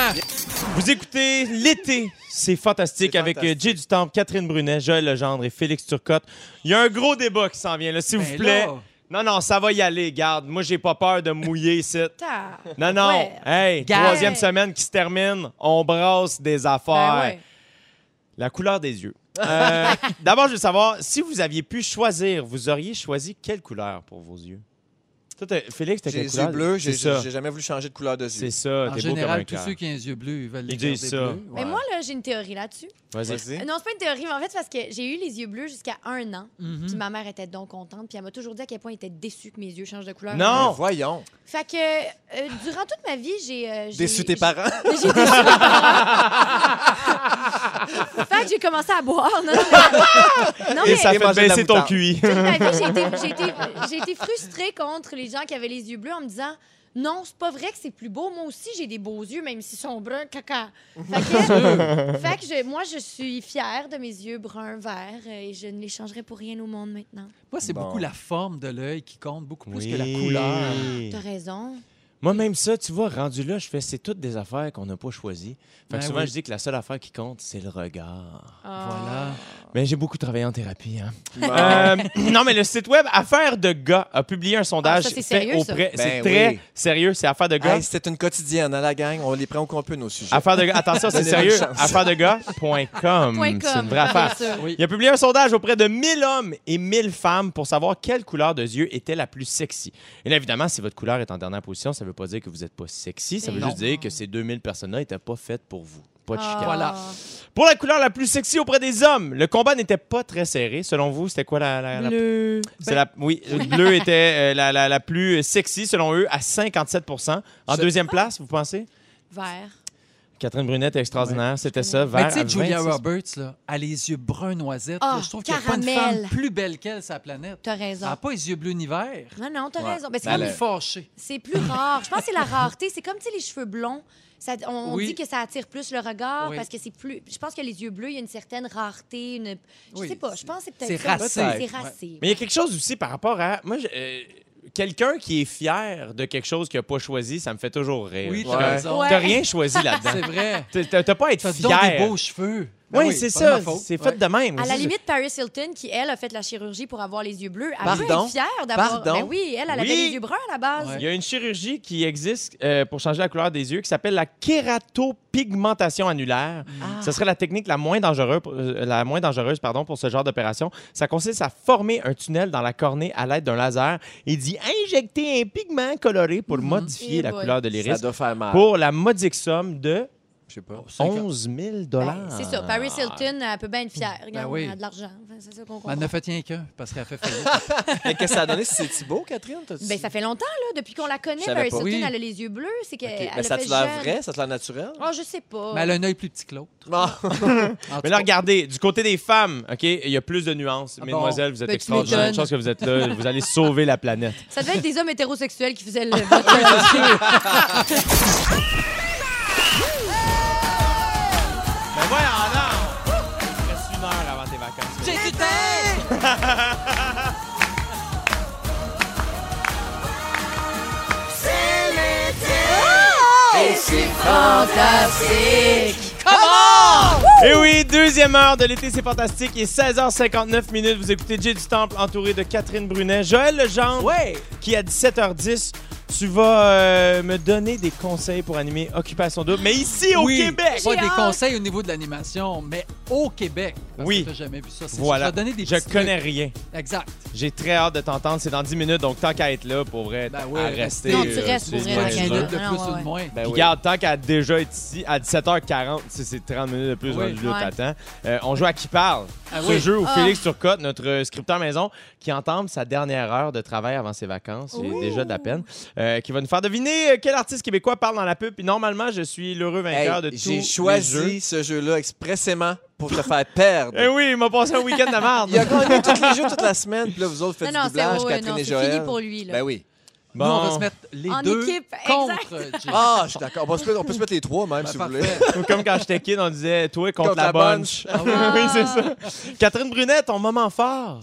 Vous écoutez L'été, c'est fantastique
C'est
avec euh,
fantastique.
Jay Dutemps, Catherine Brunet, Joël Legendre et Félix Turcotte. Il y a un gros débat qui s'en vient, là, s'il
Ben
vous plaît.
là.
Non, non, ça va y aller, garde. Moi, j'ai pas peur de mouiller ici.
Putain.
Non, non.
Ouais.
Hey,
Garde.
troisième semaine qui se termine, on brasse des affaires.
Ben ouais.
La couleur des yeux. Euh, D'abord, je veux savoir, si vous aviez pu choisir, vous auriez choisi quelle couleur pour vos yeux? Toi, t'as- Félix, t'as
J'ai
quelle
les yeux
couleur?
bleus, j'ai
c'est ça.
j'ai jamais voulu changer de couleur de
C'est
yeux.
ça,
En
t'es beau comme un
général, tous
cœur.
ceux qui ont les yeux bleus, ils veulent les
Ils disent
garder
ça.
bleus.
Mais moi, là, j'ai une théorie là-dessus.
Vas-y.
Vas-y.
Euh, Non, c'est pas une théorie, mais en fait, c'est parce que j'ai eu les yeux bleus jusqu'à un an.
Mhm.
Puis ma mère était donc contente, puis elle m'a toujours dit à quel point elle était déçue que mes yeux changent de couleur.
Non.
Mais Voyons.
Fait que euh, durant toute ma vie, j'ai. euh, j'ai-
Déçu tes
j'ai-
parents.
J'ai déçu mes parents. fait que j'ai commencé à boire. Non, mais- non,
Et
mais
ça
Et
fait
manger de la
baisser ton
moutarde.
QI.
toute ma vie, j'ai été, j'ai été- j'ai été frustrée contre les gens qui avaient les yeux bleus en me disant. Non, c'est pas vrai que c'est plus beau. Moi aussi, j'ai des beaux yeux, même s'ils sont bruns, caca. Fait que, fait que je- moi, je suis fière de mes yeux bruns, verts, euh, et je ne les changerai pour rien au monde maintenant.
Moi, c'est
Bon.
beaucoup la forme de l'œil qui compte, beaucoup plus
Oui.
que la couleur.
T'as raison.
Moi, même ça, tu vois, rendu là, je fais, c'est toutes des affaires qu'on n'a pas choisies. Fait
Ben
que souvent,
oui.
je dis que la seule affaire qui compte, c'est le regard.
Voilà.
Ah.
Mais j'ai beaucoup travaillé en thérapie. hein.
Bon.
Euh, non, mais le site web Affaires de gars a publié un sondage
Ah, ça, c'est
fait
sérieux, ça.
auprès.
Ben
c'est
oui.
très sérieux, c'est Affaires de gars. Ah,
Hey, c'est une quotidienne, à la gang. On les prend au qu'on peut, nos sujets.
Affaires de gars. Attention, c'est
Donnez-moi
sérieux.
une chance.
Affairesdegars.com.
Point
Hmm, C'est une
com.
vraie affaire.
Bien sûr.
Oui.
Il a publié un sondage auprès de 1000 hommes et 1000 femmes pour savoir quelle couleur de yeux était la plus sexy. Et là, évidemment, si votre couleur est en dernière position, ça ne veut pas dire que vous n'êtes pas sexy. Ça
Mais
veut
non.
juste dire que ces 2000 personnes-là n'étaient pas faites pour vous. Pas de
Ah.
chicane.
Voilà.
Pour la couleur la plus sexy auprès des hommes, le combat n'était pas très serré. Selon vous, c'était quoi la, la, la-
Bleu.
c'est la- oui, le bleu était euh, la, la- la plus sexy selon eux à 57 En
Je-
deuxième place, vous pensez?
Vert.
Catherine Brunette est extraordinaire, c'était ça,
Mais
vert.
tu sais,
à
Julia
26.
Roberts, là, elle a les yeux bruns noisettes.
Ah,
là. je trouve qu'il n'y a pas une
caramel.
femme plus belle qu'elle sur la planète.
T'as
Elle
Ah.
n'a
raison.
pas les yeux bleus ni verts.
Non, non, t'as
Ouais.
raison. Ben, c'est,
Ben,
Elle
comme-
est
le-
fâchée.
c'est plus rare. Je pense que c'est la rareté. C'est comme tu sais, les cheveux blonds. Ça- on on
Oui.
dit que ça attire plus le regard
Oui.
parce que c'est plus. Je pense que les yeux bleus, il y a une certaine rareté. Une... Je
Oui,
sais pas. Je
c'est-
pense que c'est peut-être.
c'est
ça.
racé.
C'est
Ouais.
racé.
Mais il y a quelque chose aussi par rapport à. Moi, je- euh, quelqu'un qui est fier de quelque chose qu'il n'a pas choisi, ça me fait toujours rire.
Oui, t'as
Comme,
raison.
T'as rien choisi là-dedans.
C'est vrai.
T'as- T'as t'as pas à être
T'as
fier.
donc des beaux cheveux. Ben
oui, c'est
pas de ma
ça.
faute.
C'est
Ouais.
fait de même.
À la
C'est-
limite, Paris Hilton, qui, elle, a fait la chirurgie pour avoir les yeux bleus, elle peut
Pardon?
être fière d'avoir...
Pardon?
Ben oui, elle,
Oui.
elle avait les yeux bruns à la base.
Ouais.
Il y a une chirurgie qui existe euh, pour changer la couleur des yeux qui s'appelle la kératopigmentation annulaire.
Ah.
Ce serait la technique la moins dangereuse, pour- euh, la moins dangereuse pardon, pour ce genre d'opération. Ça consiste à former un tunnel dans la cornée à l'aide d'un laser et d'y injecter un pigment coloré
Mm-hmm.
pour modifier
Eh
la
boy.
couleur de
Ça
l'iris
doit faire mal.
pour la modique somme de
Je sais pas.
11 000
Ben, c'est ça, Paris
Ah.
Hilton, elle peut bien être fière.
Ah.
Regarde,
Ben oui.
elle a de l'argent. Enfin, c'est ça qu'on
Elle
comprend.
ne fait rien qu'un parce qu'elle a fait faillite.
Mais qu'est-ce que ça a donné si c'est Thibaut, Catherine? T'as-tu-
Ben, ça fait longtemps, là, depuis qu'on la connaît,
Je
Paris
savais pas.
Hilton,
Oui.
elle a les yeux bleus. C'est que
OK.
elle
Mais ça
a
te
fait
l'air
jeune.
vrai? Ça te l'air naturel?
Ah,
Oh, je sais pas.
Mais elle a un œil plus petit que l'autre.
Bon.
En
Mais
tout
là,
cas,
regardez, du côté des femmes, OK, il y a plus de nuances.
Ah bon?
Mesdemoiselles, vous êtes
Ben, tu
extraordinaires.
m'étonnes.
Je pense que vous êtes là. Vous allez sauver la planète.
Ça devait être des hommes hétérosexuels qui faisaient le
Ah
vote.
Mais voyons donc! Il Reste une heure avant tes vacances. J'ai du temps! Et Eh oui, deuxième heure de l'été, c'est fantastique. Il est 16h59 minutes. Vous écoutez Jay du Temple entouré de Catherine Brunet, Joël Legendre, qui à 17h10, tu vas euh, me donner des conseils pour animer Occupation Double, mais ici au
oui,
Québec.
Pas des
hâte.
conseils au niveau de l'animation, mais au Québec. Parce
Oui.
Que t'as jamais vu ça. C'est-
Voilà.
Je vais donner des
Je
petits
connais rien.
trucs. Exact.
J'ai très hâte de t'entendre. C'est dans 10 minutes, donc tant qu'à être là, pour vrai,
Ben ouais,
à rester.
non, tu
euh,
restes pour
c'est
vrai,
une
la
bonne
Cinq minutes
chose.
de
Ah,
plus
ouais,
ou de
ouais.
moins.
Puis
oui.
Regarde, tant qu'à déjà être ici, à 17h40, si c'est 30 minutes de plus,
Oui.
rendu là,
Ouais.
t'attends. Euh, on joue à Qui parle?
Ah
ce
oui.
jeu où
Ah.
Félix Turcotte, notre euh, scripteur maison, qui entame sa dernière heure de travail avant ses vacances, il est
Ouh.
déjà de la peine, euh, qui va nous faire deviner euh, quel artiste québécois parle dans la pub. Puis normalement, je suis l'heureux vainqueur de
Hey,
tous
J'ai
les jeux.
choisi ce jeu-là expressément pour te faire perdre.
Eh oui, il m'a passé un week-end de merde.
Il a gagné tous les jeux toute la semaine, puis là, vous autres faites
Non, non,
du
c'est
doublage,
ouais,
Catherine
non,
et
c'est
Joël.
fini pour lui, là.
Ben oui.
Nous,
Bon.
on va se mettre les
En
deux
équipe,
contre Jay.
Ah, je suis d'accord. On, peut se mettre- on peut se mettre les trois, même,
Ben,
si vous voulez.
parfait.
Ou comme quand j'étais kid, on disait toi contre,
Contre
la,
la
bunch.
Ah.
oui, c'est ça. Catherine Brunette, ton moment fort.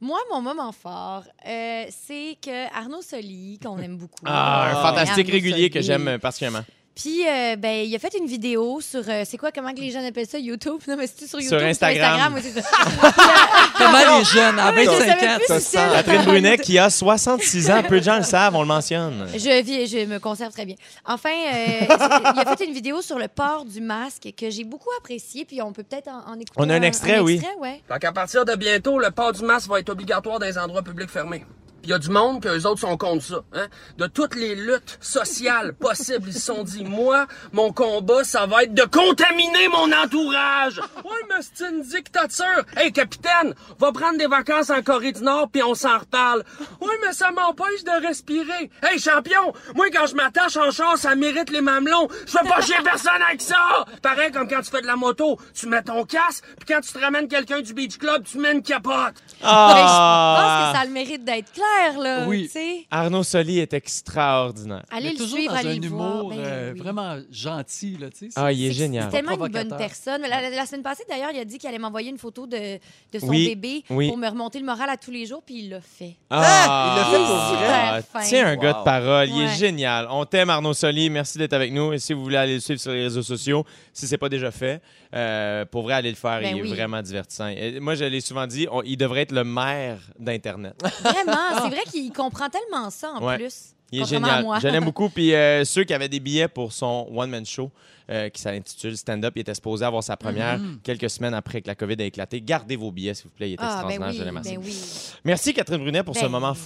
Moi, mon moment fort, euh, c'est que Arnaud Soli, qu'on aime beaucoup. Euh,
Ah, un
Ah.
fantastique
Arnaud
régulier que
Soli.
j'aime particulièrement.
Puis, euh, ben, il a fait une vidéo sur, euh, c'est quoi, comment que les jeunes appellent ça, YouTube? Non, mais c'est-tu sur YouTube?
Sur
ou
Instagram.
oui, c'est ça. Puis, euh,
Comment les jeunes,
Ah
à
je
25
savais
ans,
plus
ça
si
sent.
c'est-
Catherine Brunet, qui a 66 ans, peu de gens le savent, on le mentionne.
Je vis, je me conserve très bien. Enfin, euh, il a fait une vidéo sur le port du masque que j'ai beaucoup apprécié, puis on peut peut-être en, en écouter.
On a un extrait, oui.
extrait, ouais.
Fait qu'à partir de bientôt, le port du masque va être obligatoire dans les endroits publics fermés. Puis il y a du monde que les autres sont contre ça. Hein? De toutes les luttes sociales possibles, ils se sont dit moi, mon combat, ça va être de contaminer mon entourage. Ouais, mais c'est une dictature. Hey, capitaine, va prendre des vacances en Corée du Nord puis on s'en reparle. Ouais, mais ça m'empêche de respirer. Hey, champion, moi quand je m'attache en char, ça mérite les mamelons. Je fais pas chier personne avec ça. Pareil comme quand tu fais de la moto, tu mets ton casque puis quand tu te ramènes quelqu'un du beach club, tu mets une capote.
Mais Ben, je pense que ça
Ah!
a le mérite d'être clair, là.
Oui.
tu sais.
Arnaud Soli est extraordinaire.
Allez
mais
le
toujours
suivre,
dans
allez
un
le
humour
voir. Ben
euh,
oui.
vraiment gentil, là, tu sais.
Ah, il est
C'est-
génial.
C'est tellement une bonne
Provocateur.
personne. La, la- la semaine passée, d'ailleurs, il a dit qu'il allait m'envoyer une photo de, de son
Oui,
bébé
oui.
pour me remonter le moral à tous les jours, puis il l'a fait.
Ah, il l'a fait pour
Ah,
vrai. Super
C'est un
fin.
gars de
Wow.
parole. Il est
Ouais.
génial. On t'aime, Arnaud Soli. Merci d'être avec nous. Et si vous voulez aller le suivre sur les réseaux sociaux, si c'est pas déjà fait, euh, pour vrai, allez le faire.
Ben
il
oui.
est vraiment divertissant. Et moi, je l'ai souvent dit, on- il devrait être le maire d'Internet.
Vraiment, c'est vrai qu'il comprend tellement ça, en
Ouais.
plus.
Il est
Contrairement à
génial.
moi.
Je l'aime beaucoup. Puis euh, ceux qui avaient des billets pour son one-man show euh, qui s'intitule Stand Up, il était supposé avoir sa première quelques semaines après que la COVID a éclaté. Gardez vos billets, s'il vous plaît. Il est
Mm-hmm. Ah,
extraordinaire.
ben oui,
je l'aime assez.
ben oui.
Merci, Catherine Brunet, pour ce
Ben,
moment
ça me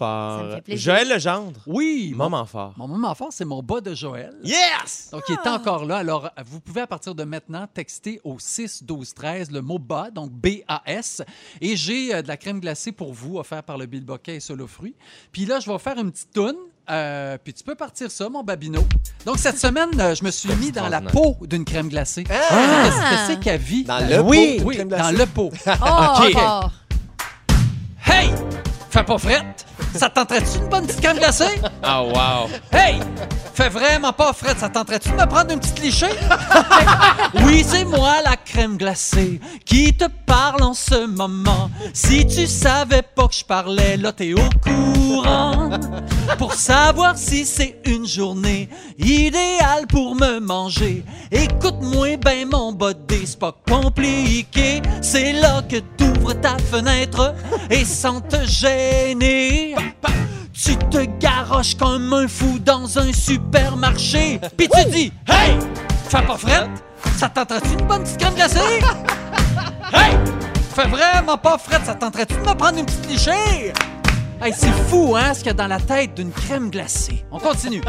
fort.
fait plaisir.
Joël Legendre,
Oui, mon,
moment fort.
mon moment fort, c'est mon bas de Joël.
Yes!
Donc, il
Ah!
est encore là. Alors, vous pouvez, à partir de maintenant, texter au 6 12 13 le mot BAS, donc B-A-S. Et j'ai euh, de la crème glacée pour vous, offerte par le Bill Boquet et Solo Fruits. Puis là, je vais faire une petite toune. Euh, puis tu peux partir ça, mon babino. Donc, cette semaine, euh, je me suis mis dans la peau d'une crème glacée. Qu'est-ce que c'est qu'à vie?
Dans le
oui,
pot d'une
oui,
crème glacée.
dans le pot.
Oh,
OK.
oh.
hey! Fais pas frette! Ça te tenterait-tu une bonne petite crème glacée?
Ah, wow!
Hey! Fais vraiment pas, Fred, ça tenterait-tu de me prendre une petite lichée? oui, c'est moi, la crème glacée, qui te parle en ce moment. Si tu savais pas que je parlais, là, t'es au courant. Pour savoir si c'est une journée idéale pour me manger. Écoute-moi ben mon body, c'est pas compliqué. C'est là que t'ouvres ta fenêtre et sans te gêner. Tu te garoches comme un fou dans un supermarché. Puis tu dis Hey! Fais pas frette! Ça tenterait-tu une bonne petite crème glacée? hey! Fais vraiment pas frette! Ça tenterait-tu de me prendre une petite lichée? Hey, c'est fou, hein, ce qu'il y a dans la tête d'une crème glacée. On continue.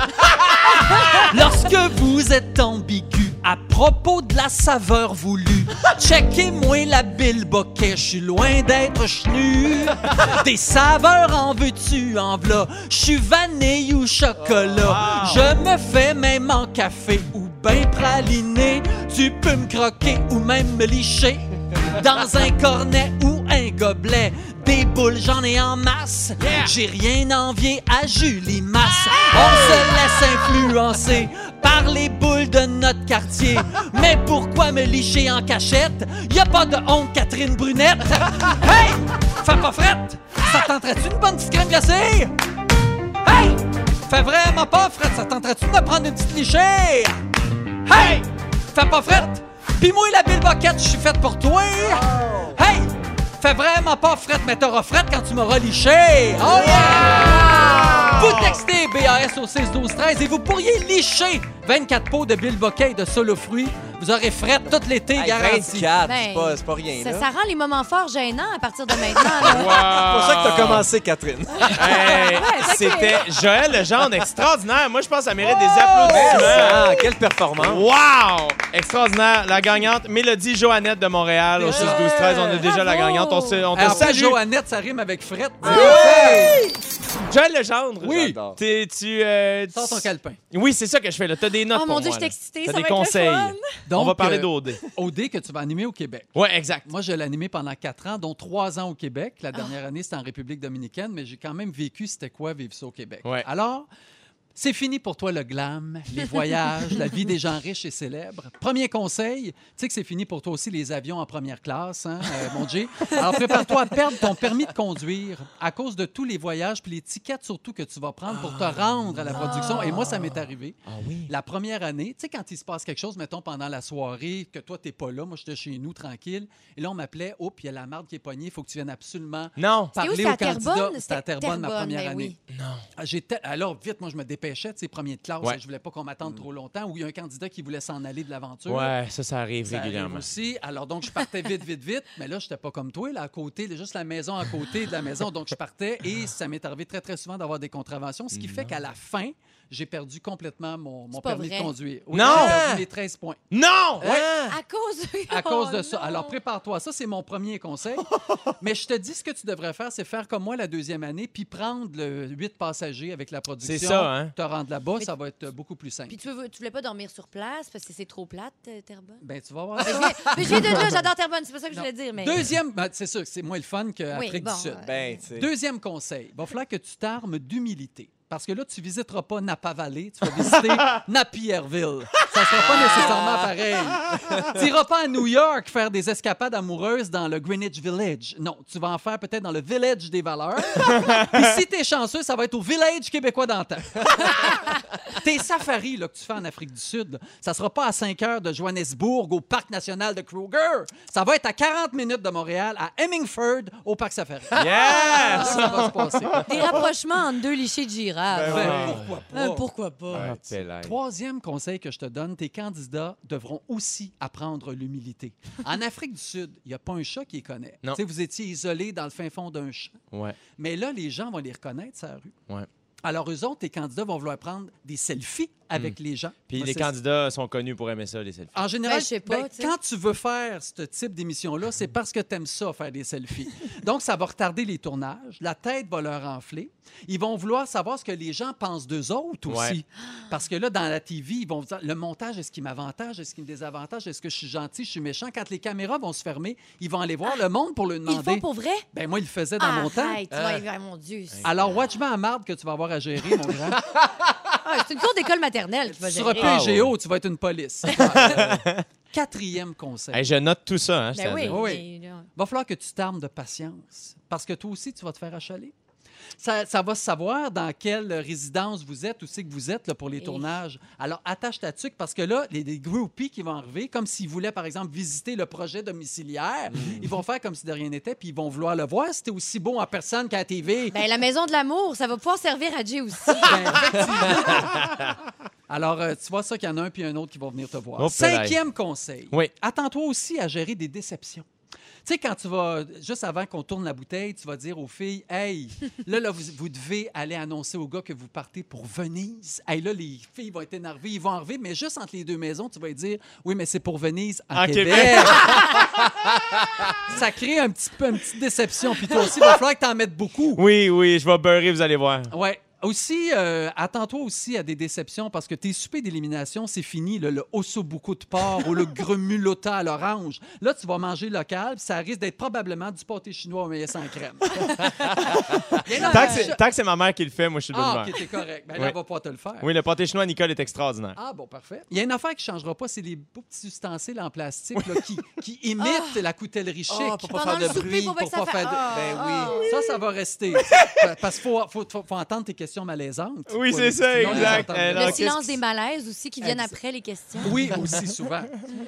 Lorsque vous êtes ambigu à propos de la saveur voulue, checkez-moi la bille boquet, je suis loin d'être chenu. Des saveurs en veux-tu, en v'là, je suis vanille ou chocolat. Je me fais même en café ou ben praliné, tu peux me croquer ou même me licher. Dans un cornet ou un gobelet, des boules j'en ai en masse. J'ai rien envié à Julie Masse. On se laisse influencer par les boules de notre quartier. Mais pourquoi me licher en cachette Y a pas de honte, Catherine Brunette. Hey, fais pas frette. Ça tenterait-tu une bonne petite crème glacée Hey, fais vraiment pas frette. Ça tenterait-tu de me prendre une petite lichée Hey! Fais pas frette! Pis moi, la Bill Bucket, je suis faite pour toi! Hey! Fais vraiment pas frette, mais t'auras frette quand tu m'auras liché! Oh yeah! Vous textez BAS au 6 12 13 et vous pourriez licher 24 pots de Bill Bucket et de Solo Fruits. Vous aurez frette tout l'été,
Hey,
garanti.
24,
Ben,
c'est pas, c'est pas rien.
Ça,
là.
ça rend les moments forts gênants à partir de maintenant. là.
Ah.
C'est pour ça que t'as commencé, Catherine.
Hey,
ok.
C'était Joël Legendre, extraordinaire. Moi, je pense que ça mérite des
Oh!
applaudissements.
Ah, quelle
Hein?
performance.
Wow! Extraordinaire. La gagnante, Mélodie Joannette de Montréal, au 6 12 13 On a déjà la
Bravo!
gagnante. On, se, on te
Alors,
salue.
Joannette, ça rime avec frette.
Joël Legendre.
Oui.
J'adore. T'es- tu, euh, tu-
Sors ton calepin.
Oui, c'est ça que je fais. là. T'as des notes
Oh
pour
mon Dieu,
moi,
je suis
là.
excitée,
T'as
ça
des
va être le
conseils.
fun.
on va
Donc,
parler
euh,
d'OD.
OD que tu vas animer au Québec.
Ouais, exact.
Moi, je l'ai animé pendant quatre ans, dont trois ans au Québec. La dernière année, c'était en République dominicaine, mais j'ai quand même vécu c'était quoi vivre ça au Québec.
Ouais.
Alors, C'est fini pour toi le glam, les voyages, la vie des gens riches et célèbres. Premier conseil, tu sais que c'est fini pour toi aussi les avions en première classe, hein, euh, mon Jay. Alors prépare-toi à perdre ton permis de conduire à cause de tous les voyages puis les tickets surtout que tu vas prendre pour te rendre à la production. Et moi, ça m'est arrivé.
Ah
La première année, tu sais, quand il se passe quelque chose, mettons pendant la soirée, que toi, t'es pas là, moi, j'étais chez nous tranquille, et là, on m'appelait, oh, puis il y a la marde qui est poignée, il faut que tu viennes absolument
Non.
C'était où,
parler
c'était
au
à Terrebonne?
candidat.
C'était
C'était à Terrebonne, ma
Terrebonne,
première
ben oui.
année. Ah, j'étais- Alors, vite, moi, je me dépêchais, tu sais, premier de classe,
Ouais. Mm.
là, je voulais pas qu'on m'attende trop longtemps, ou il y a un candidat qui voulait s'en aller de l'aventure.
Ouais, ça, ça arrive
Ça arrive
régulièrement.
aussi. Alors, donc, je partais vite, vite, vite. Mais là, j'étais pas comme toi, là, à côté, là, juste la maison à côté de la maison. Donc, je partais et ça m'est arrivé très, très souvent d'avoir des contraventions, ce qui
Mm-hmm.
fait qu'à la fin, j'ai perdu complètement mon, mon
C'est pas
permis
vrai.
de conduire.
Non!
J'ai perdu mes 13 points.
Non!
Ah.
À cause de,
À cause de
Oh,
ça.
non.
Alors, prépare-toi. Ça, c'est mon premier conseil. Mais je te dis, ce que tu devrais faire, c'est faire comme moi la deuxième année, puis prendre le 8 passagers avec la production.
C'est ça, hein?
Te rendre là-bas,
Mais-
ça va être euh, beaucoup plus simple.
Puis tu, veux- tu voulais pas dormir sur place parce que c'est trop plate, euh, Terrebonne?
Ben, tu vas voir.
Mais je viens- mais je viens de là, j'adore Terrebonne, c'est pas ça que je
Non.
voulais dire, mais...
Deuxième, ben, c'est sûr que c'est moins le fun qu'Afrique
Oui, bon,
du Sud.
euh,
Ben, tu sais.
Deuxième conseil, il va falloir que tu t'armes d'humilité. Parce que là, tu visiteras pas Napa Valley, tu vas visiter Napierville. Ça sera pas nécessairement pareil. Tu n'iras pas à New York faire des escapades amoureuses dans le Greenwich Village. Non, tu vas en faire peut-être dans le Village des valeurs. Puis si t'es chanceux, ça va être au Village québécois d'antan. Tes safaris là, que tu fais en Afrique du Sud, là, ça sera pas à 5 heures de Johannesburg au Parc national de Kruger. Ça va être à 40 minutes de Montréal, à Hemingford, au Parc Safari.
Yes!
Ah, ça va se passer.
Des rapprochements entre deux lichés de girafe. Euh,
Ben, pourquoi pas?
pourquoi pas?
Ah, pelle.
Troisième conseil que je te donne, tes candidats devront aussi apprendre l'humilité. En Afrique du Sud, il n'y a pas un chat qui les connaît.
Non.
Tu sais, vous étiez isolés dans le fin fond d'un champ.
Ouais.
Mais là, les gens vont les reconnaître, ça rue.
Ouais.
Alors, eux autres, tes candidats vont vouloir prendre des selfies avec Mmh. les gens.
Puis
Moi,
les
c'est-
candidats sont connus pour aimer ça, les selfies.
En général,
Ben, je sais pas,
ben,
tu sais.
quand tu veux faire ce type d'émission-là, c'est parce que tu aimes ça, faire des selfies. Donc, ça va retarder les tournages. La tête va leur enfler. Ils vont vouloir savoir ce que les gens pensent d'eux autres aussi.
Ouais.
Parce que là, dans la TV, ils vont dire le montage, est-ce qu'il m'avantage, est-ce qu'il me désavantage, est-ce que je suis gentil, je suis méchant. Quand les caméras vont se fermer, ils vont aller voir le monde pour le
Ils le
demander.
font pour vrai?
Ben, moi, ils le faisaient dans mon temps.
Arrête, ouais, ouais, mon Dieu. c'est-
Alors, Watchman à marde que tu vas avoir à gérer, mon grand.
Ah, c'est une cour d'école maternelle qui va
tu seras
gérer.
PGO,
Ah,
tu vas être une police. Euh, Quatrième conseil.
Hey, je note tout ça. Hein, je
Ben
te
oui,
dis.
Oui.
mais là,
va falloir que tu t'armes de patience parce que toi aussi, tu vas te faire achaler. Ça, ça va se savoir dans quelle résidence vous êtes, où c'est que vous êtes là, pour les
Et-
tournages. Alors, attache ta tuque parce que là, les, les groupies qui vont arriver, comme s'ils voulaient, par exemple, visiter le projet domiciliaire, ils vont faire comme si de rien n'était, puis ils vont vouloir le voir. C'était aussi bon en personne qu'à la TV.
Ben, la maison de l'amour, ça va pouvoir servir à Jay aussi.
Ben, effectivement. Alors, euh, tu vois ça qu'il y en a un puis un autre qui vont venir te voir.
Oh, peut-être.
Cinquième conseil.
Oui.
Attends-toi aussi à gérer des déceptions. Tu sais, quand tu vas, juste avant qu'on tourne la bouteille, tu vas dire aux filles, hey, là, là, vous, vous devez aller annoncer aux gars que vous partez pour Venise. Hey, là, les filles vont être énervées, ils vont arriver, mais juste entre les deux maisons, tu vas leur dire, oui, mais c'est pour Venise, en,
En
Québec.
Québec.
Ça crée un petit peu une petite déception. Puis toi aussi, il va falloir que tu en mettes beaucoup.
Oui, oui, je vais beurrer, vous allez voir.
Ouais. Aussi, euh, attends-toi aussi à des déceptions parce que tes soupers d'élimination, c'est fini. là, le ossobuco de porc ou le gremulota à l'orange. Là, tu vas manger local, puis ça risque d'être probablement du pâté chinois au mayonnaise sans crème. Mais
Ah,
non,
ben,
Tant que
mais-
c'est- tant que c'est ma mère qui le fait, moi, je suis de bonne
Ah,
humeur.
ok, t'es correct. Ben,
Oui.
là, elle va pas te le faire.
Oui, le pâté chinois, Nicole, est extraordinaire.
Ah, bon, parfait. Il y a une affaire qui changera pas, c'est les beaux petits ustensiles en plastique là, qui, qui imitent
Ah.
la coutellerie chic.
Oh, pour pas
Pendant
faire
le
de
souper,
bruit,
pour pas que
pour
ça
pas
fasse... Ah!
faire de-
Ben oui.
Ça, ça va rester. Parce qu'il faut, faut, faut- faut entendre tes questions malaisantes.
Oui,
Faut-
c'est ça,
sinon, les
exact.
entendre-
Alors,
Le
qu'est-ce
silence
qui-
des malaises aussi qui viennent
Exact.
après les questions.
Oui, aussi souvent.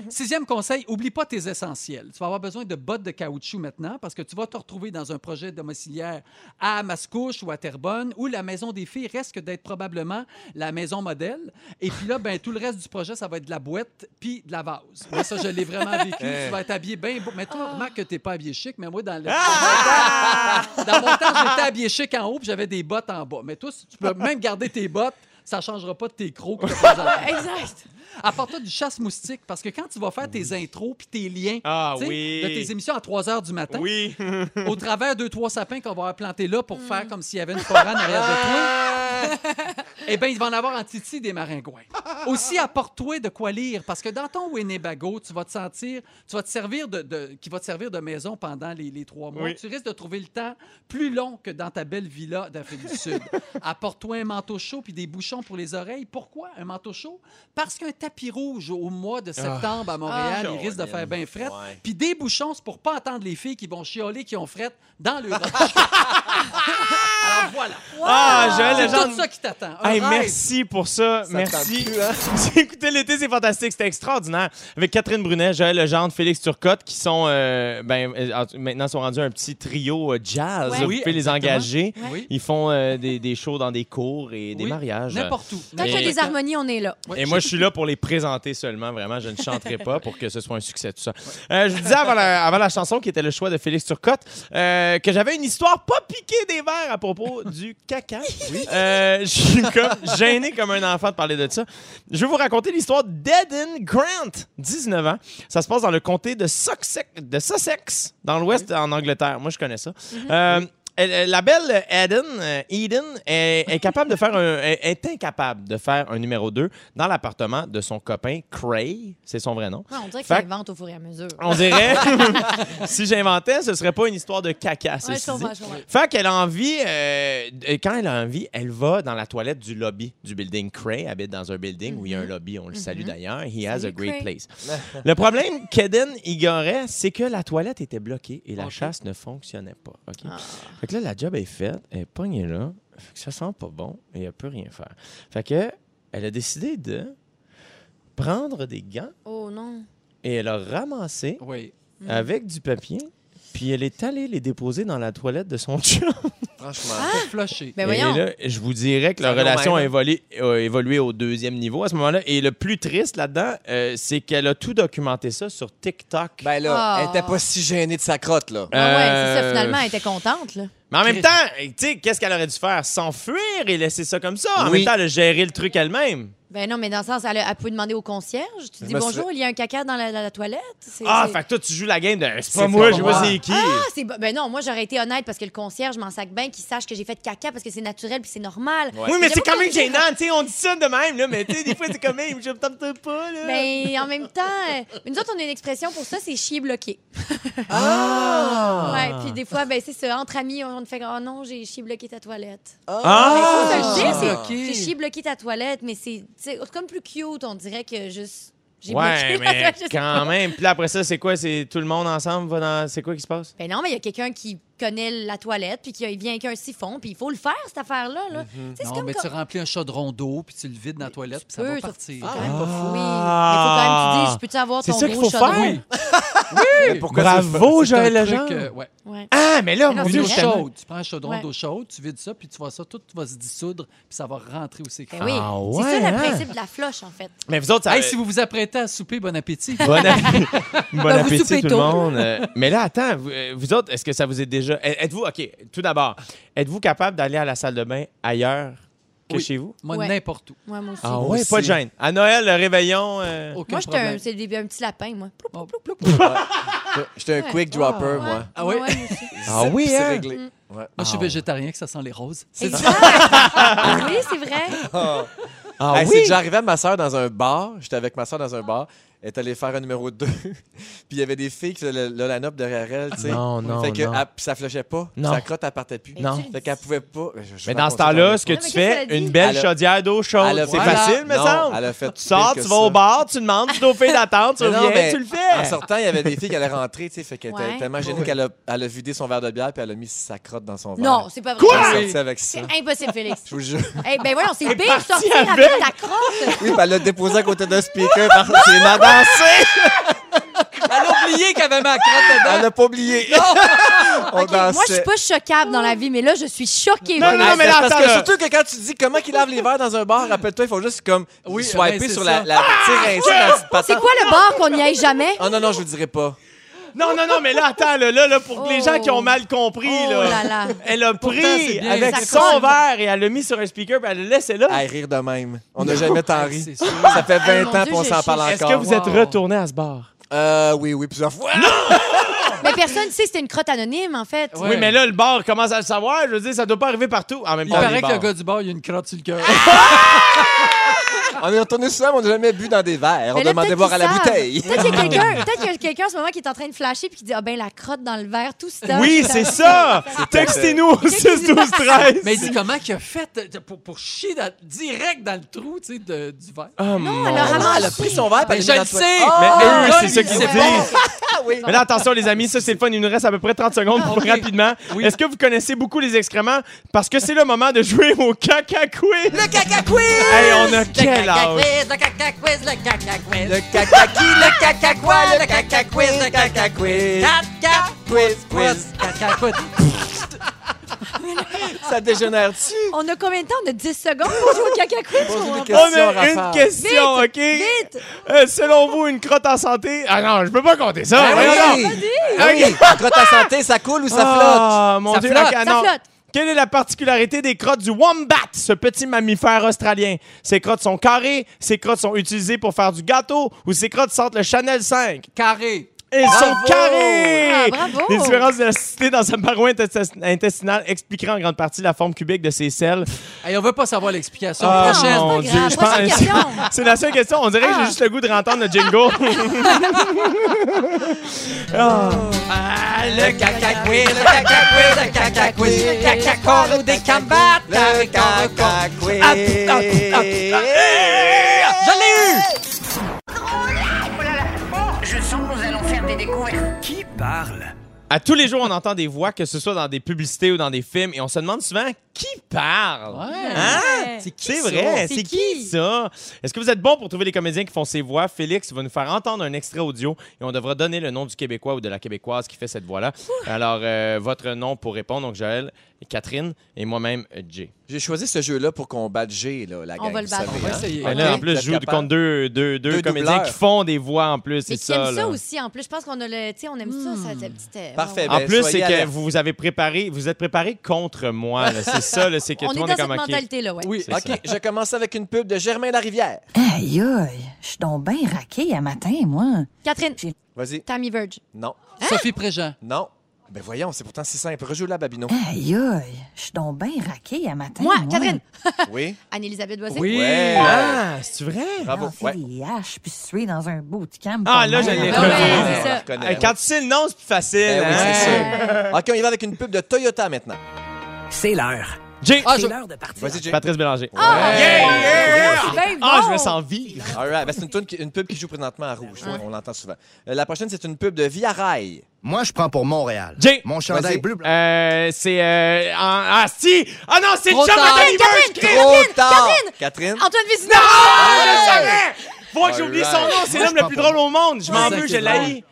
Sixième conseil, oublie pas tes essentiels. Tu vas avoir besoin de bottes de caoutchouc maintenant parce que tu vas te retrouver dans un projet domiciliaire à Mascouche ou à Terrebonne où la maison des filles risque d'être probablement la maison modèle. Et puis là, ben, tout le reste du projet, ça va être de la boîte puis de la vase. Moi, ça, je l'ai vraiment vécu.
Hey.
Tu vas être habillé bien beau. Mais toi, remarque que t'es pas habillé chic, mais moi, dans le...
Ah!
Dans mon temps, j'étais habillé chic en haut puis j'avais des bottes en bas. Mais toi, si tu peux même garder tes bottes, ça changera pas de tes crocs que t'as présentés.
Exact.
Apporte-toi du chasse moustique parce que quand tu vas faire tes intros puis tes liens
Ah,
tu sais,
oui.
de tes émissions à 3 h du matin,
Oui.
au travers de trois sapins qu'on va avoir plantés là pour faire comme s'il y avait une forêt en arrière de toi, Eh bien, il va en avoir en titi des maringouins. Aussi, apporte-toi de quoi lire, parce que dans ton Winnebago, tu vas te sentir, tu vas te servir de, de- qui va te servir de maison pendant les, les trois mois.
Oui.
Tu risques de trouver le temps plus long que dans ta belle villa d'Afrique du Sud. apporte-toi un manteau chaud puis des bouchons pour les oreilles. Pourquoi un manteau chaud? Parce qu'un tapis rouge au mois de septembre à Montréal, il risque de faire bien fret.
Ouais.
Puis des bouchons, c'est pour pas entendre les filles qui vont chialer, qui ont fret dans le Alors voilà.
Ah, Joël
C'est
Legendre.
tout ça qui t'attend. Un
Hey,
rêve.
merci pour ça.
Ça
merci.
te tente plus, hein?
J'ai écouté l'été, c'est fantastique. C'était extraordinaire. Avec Catherine Brunet, Joël Legendre, Félix Turcotte, qui sont euh, ben, euh, maintenant sont rendus un petit trio euh, jazz.
Ouais.
Vous
Oui,
pouvez les
exactement.
engager.
Oui.
Ils font euh, des, des shows dans des cours et des
Oui,
mariages.
N'importe où.
Tant qu'il y a
Et-
des harmonies, on est là.
Et moi, je suis là pour les présenter seulement, vraiment. Je ne chanterai pas pour que ce soit un succès, tout ça. Euh, je vous disais avant la, avant la chanson, qui était le choix de Félix Turcotte, euh, que j'avais une histoire pas piquée des verres à propos du caca. Euh, je suis comme gêné comme un enfant de parler de ça. Je vais vous raconter l'histoire d'Eden Grant, 19 ans. Ça se passe dans le comté de Sussex, de Sussex dans l'ouest en Angleterre. Moi, je connais ça. Euh, elle- elle- la belle Eden, euh, Eden est, est capable de faire un, est- est incapable de faire un numéro 2 dans l'appartement de son copain Cray, c'est son vrai nom.
Ouais, Ah, on dirait
Fait-
qu'on invente au fur et à mesure.
On dirait, si j'inventais, ce serait pas une histoire de caca.
Ouais,
ceci
je comprends,
dit.
je comprends.
Fait qu'elle a envie, euh, et quand elle a envie, elle va dans la toilette du lobby du building. Cray habite dans un building où il y a un lobby, on le salue d'ailleurs. He has
Mm-hmm. Salut,
a great
Cray.
place. le problème qu'Eden ignorait, c'est que la toilette était bloquée et la
Ok.
chasse ne fonctionnait pas. OK?
Ah.
Fait que là, la job est faite, elle est pognée là, fait que ça sent pas bon et elle peut rien faire. Fait que elle a décidé de prendre des gants
Oh non.
et elle a ramassé
Oui.
Mm.
avec du papier. Puis elle est allée les déposer dans la toilette de son chum.
Franchement.
Flusher.
Ben
Et
voyons.
là, je vous dirais que leur
Ça allait au
relation a
même.
évolué, a évolué au deuxième niveau à ce moment-là. Et le plus triste là-dedans, euh, c'est qu'elle a tout documenté ça sur TikTok.
Ben là,
Ah.
elle était pas si gênée de sa crotte, là.
Ah ouais, c'est ça,
Euh,
finalement, elle était contente, là.
Mais en même temps, tu sais, qu'est-ce qu'elle aurait dû faire? S'enfuir et laisser ça comme ça. En
Oui.
même temps, elle a géré le truc elle-même.
Ben non, mais dans le sens, elle, a- elle pouvait demander au concierge. Tu dis
me
bonjour, il y a un caca dans la, la- la toilette. C'est-
Ah,
c'est-
fait que toi, tu joues la game de « c'est
C'est
pas moi,
pas
je vois
moi.
c'est qui
Ah, c'est bo- ben non, moi j'aurais été honnête parce que le concierge m'en sac bien qu'il sache que j'ai fait caca parce que c'est naturel puis c'est normal.
Oui, mais
j'avoue
c'est quand même
que-
gênant, tu sais, on dit ça de même, là, mais tu sais, des fois, c'est comme, Hey, je me tente pas, là.
Ben en même temps, euh, nous autres on a une expression pour ça, c'est chier bloqué.
Ah!
Ouais, puis des fois ben c'est ça entre amis, on on fait oh non, j'ai chier bloqué ta toilette.
Ah!
Mais ça, je le dis, c'est-
bloqué.
J'ai chier bloqué ta toilette, mais c'est c'est comme plus cute, on dirait que juste j'ai
Ouais,
bloqué la
mais
toilette. je sais
quand
pas.
même. Puis là, après ça, c'est quoi? C'est tout le monde ensemble va dans. C'est quoi qui se passe?
Ben non, mais il y a quelqu'un qui connaît la toilette puis qui vient avec un siphon, puis il faut le faire cette affaire là là. Tu sais, c'est
Non,
comme
mais
quand-
tu remplis un chaudron d'eau, puis tu le vides dans la toilette, puis ça va
peux,
partir.
quand même
Ah.
pas fou. Oui. Mais faut quand même que tu dises, je peux-tu avoir
C'est
ton
ça qu'il
gros
faut
chaudron?
faire.
Oui.
Mais pourquoi
Bravo,
C'est un
Joël
truc,
Legendre!
euh, ouais.
Ouais.
Ah, mais là,
Non,
mon
c'est
Une
Dieu,
eau
vrai.
je suis tellement-
chaude. Tu prends un chaudron
Ouais.
d'eau chaude, tu vides ça, puis tu vois ça, tout va se dissoudre, puis ça va rentrer aussi.
Ben oui.
Ah
c'est
ouais,
ça
hein?
le principe de la floche, en fait.
Mais vous autres, ça.
Hey, si vous vous apprêtez à souper, bon appétit.
Bon appétit, Bon
Ben, vous
appétit,
soupez
tout le
tôt.
monde. Euh, Mais là, attends, vous, euh, vous autres, est-ce que ça vous est déjà. Euh, Êtes-vous, OK, tout d'abord, êtes-vous capable d'aller à la salle de bain ailleurs que
Oui.
chez vous?
Moi,
Ouais.
n'importe où.
Moi, moi aussi.
Ah
Moi
ouais,
aussi.
pas de gêne. À Noël, le réveillon. euh,
Aucun
moi, j'étais un,
problème.
c'est des- un petit lapin, moi. Ploup,
Oh.
ploup, ploup, ploup.
J'étais un quick dropper, moi.
Ah oui?
Ouais, Mm. ouais, moi aussi.
Ah oui,
C'est
hein?
réglé. Ouais.
Moi, je
Ah,
suis végétarien, que ça sent les roses. C'est
Exact. oui, c'est vrai.
Ah
Hey,
oui?
C'est déjà arrivé à ma soeur dans un bar. J'étais avec ma soeur dans un bar. Elle est allée faire un numéro 2. puis il y avait des filles qui faisaient le, le lanope derrière elle, tu sais.
Non, non,
Fait que
non.
elle- puis ça flushait pas.
Non.
Sa crotte, elle partait plus.
Mais
Non.
tu le
Fait
dis.
qu'elle pouvait pas. Je- je
Mais dans
raconte
ce
ça
temps-là,
dans
ce que
Non,
tu
mais qu'est-ce
fais,
qu'elle a dit?
une belle
Elle a-
chaudière d'eau
Elle
chaude.
a-
C'est
Voilà.
facile, me
Non,
semble.
elle a fait
Tu sors,
pire
tu
que
vas au
ça.
bar, tu demandes, tu dois faire l'attente, tu
Mais non,
reviens,
mais
tu le fais.
En sortant, il y avait des filles qui allaient rentrer, tu sais. Fait qu'elle
Ouais.
était tellement gênée qu'elle a, elle a vidé son verre de bière puis elle a mis sa crotte dans son verre.
Non, c'est pas vrai.
Elle est
Oui.
sortie avec ça.
C'est impossible, Félix.
Je vous jure.
Eh ben voyons, c'est pire
partie
sortir avec,
avec.
ta crotte.
Oui, puis elle l'a déposé à côté d'un speaker. par- C'est une dansé.
Elle a oublié qu'elle avait ma crotte dedans.
Elle l'a pas oublié. On
Ok, Moi, je suis
dansait.
pas choquable dans la vie, mais là, je suis choquée.
Non, non, non,
Ah,
mais
c'est
là,
parce
attends,
que
là.
surtout que quand tu dis comment qu'ils lavent les verres dans un bar, rappelle-toi, il faut juste comme
Oui, ben,
swiper
c'est
sur
ça.
la, la tu sais, rincer dans cette
C'est
patente.
quoi le bar qu'on n'y aille jamais?
Oh non, non, je vous dirai pas.
Non, non, non, mais là, attends, là, là, là, pour que les
Oh.
gens qui ont mal compris,
Oh
là,
là là.
elle a
c'est
pris
bien.
avec
Ça
son
colle.
verre et elle l'a mis sur un speaker puis elle l'a laissé là.
À rire de même. On n'a jamais tant
Ah,
ri.
c'est sûr.
Ça fait 20
mon
ans
Dieu,
qu'on
je-
s'en
je-
parle
Est-ce
encore.
que vous êtes
Wow.
retourné à ce bar?
Euh, oui, oui, plusieurs fois.
Mais personne ne sait c'était une crotte anonyme, en fait.
Ouais.
Oui, mais là, le bar commence à le savoir. Je veux dire, ça doit pas arriver partout. En même
Il
temps,
paraît que le
les bars. Ah,
gars du bar, il a une crotte sur le cœur.
On est retourné sur ça, mais on n'a jamais bu dans des verres.
Mais
on
là,
demandait
peut-être
boire à
qu'ils
la
savent.
bouteille.
Peut-être qu'il y a quelqu'un peut-être qu'il y a quelqu'un en ce moment qui est en train de flasher puis qui dit Ah ben la crotte dans le verre, tout ça.
Oui, c'est ça. Textez-nous au 6 12 13.
Mais il dit comment qu'il a fait euh, pour, pour chier dans- direct dans le trou tu sais, de- du verre.
Oh, mon-
elle a ramassé.
Ah, elle a pris son verre.
Ben,
puis
je
elle
le
l'a mis dans le
sais!
toit. Oh,
Mais
Ah,
eux,
le gars,
c'est ça
il
qu'ils
sait
disent.
pas.
Mais là, attention, les amis, ça, c'est le fun. Il nous reste à peu près 30 secondes
Ok.
rapidement.
Oui.
Est-ce que vous connaissez beaucoup les excréments? Parce que c'est le moment de jouer au caca quiz. Le caca quiz! Hey, on a quel âge?
le caca quiz, le caca quiz.
Le caca qui, le caca quoi, le
caca quiz, le caca
quiz.
Caca
Quiz, quiz.
Caca quiz.
Ça dégénère-tu?
On a combien de temps? On a 10 secondes pour jouer au caca quiz, je comprends
des
On
pas.
questions.
a
Raphaël.
une question, OK?
Vite!
Euh, selon vous, une crotte en santé? Ah non, je peux pas compter ça.
Ben
Voyons donc.
oui! Ben oui! Quand ta santé, ça coule ou ça flotte?
Ah, mon
Ça
Dieu.
flotte.
ok,
Ça
non.
flotte.
Quelle est la particularité des crottes du wombat, ce petit mammifère australien? Ses crottes sont carrées, ses crottes sont utilisées pour faire du gâteau ou ses crottes sentent le Chanel 5?
Carré.
Elles sont carrées!
Ah, bravo!
Les différences de cité dans sa paroi intes- intestinale expliqueraient en grande partie la forme cubique de ses selles.
Hey, on veut pas savoir l'explication.
Ah,
Prochaine.
mon
c'est pas grave.
je
Prochaine
pense-
question.
C'est la seule question. On dirait que j'ai
Ah.
juste le goût de rentendre le jingle. Ah.
Le caca quiz, le caca quiz, le caca quiz, le caca corps ou des cambates, le caca quiz.
Je l'ai eu!
Je sens que nous allons faire des découvertes.
À tous les jours, on entend des voix, que ce soit dans des publicités ou dans des films, et on se demande souvent qui parle.
Ouais.
Hein?
Ouais.
C'est qui C'est vrai, c'est qui ça? Est-ce que vous êtes bon pour trouver les comédiens qui font ces voix? Félix va nous faire entendre un extrait audio et on devra donner le nom du Québécois ou de la Québécoise qui fait cette voix-là. Alors, euh, votre nom pour répondre, donc Joël, Catherine et moi-même, euh, Jay.
J'ai choisi ce jeu-là pour qu'on batte G, là, la
On
gang.
va
vous
le battre.
savez,
On va
hein?
essayer.
Et
Ok,
là, en
vous
plus,
êtes
je joue
capable?
contre deux, deux, deux
Deux
comédiens
doubleurs.
qui font des voix en plus.
Mais
C'est
qui
ça.
aime
là. Hmm.
ça aussi, en plus. Je pense qu'on a le. Tu sais, on aime ça, ça, cette petite. euh,
Parfait.
En
Ben,
plus, c'est
soyez
que
alerte.
vous vous avez préparé, vous êtes préparé contre moi. là. C'est ça, là, c'est que
On
tout le
est dans
monde est
cette
comme OK.
mentalité-là, ouais.
Oui,
C'est ça.
OK. Je commence avec une pub de Germain Larivière.
Aïe, aïe, je suis donc bien raquée à matin, moi.
Catherine,
Vas-y.
Tammy Verge.
Non.
Sophie Préjean.
Non. Ben voyons, c'est pourtant si simple. Rejoue la Babino.
Aïe, aïe, je suis donc bien raquée à matin,
Moi, Catherine.
Oui.
Anne-Elisabeth Boissé.
Oui.
Ouais.
Ah, c'est vrai?
Bravo.
On fait
Ouais.
des haches, puis se suer dans un bout de camp.
Ah, là, je l'ai
Ah
reconnu.
ouais,
Ouais,
c'est
on
ça.
la reconnaît,
Hey,
oui.
Quand tu sais le nom, c'est plus facile.
Ben oui,
hein?
c'est sûr. OK, on y va avec une pub de Toyota maintenant.
C'est l'heure.
Jay.
Ah, je-
C'est l'heure de partir.
Vas-y, Jay.
Patrice Bélanger.
Ah,
Yeah, yeah.
c'est bien
Ah,
Ben, bon.
je me sens vivre.
All right. Ben, c'est une, toune qui- une pub qui joue présentement à rouge. On l'entend souvent. Euh, la prochaine, c'est une pub de Via Rail.
Moi, je prends pour Montréal.
Jay.
Mon chandail
Vas-y.
bleu blanc.
Euh, c'est. Euh, en- ah, si! Ah non, c'est le
Trop
chum
tard.
à Danny Burke! Chris!
Trop tard! Catherine!
Antoine Vézina.
Ah, je savais! Faut que j'oublie son
Alright.
nom, c'est l'homme le plus drôle au monde. Je m'en
Ouais,
veux, je
c'est
l'ai.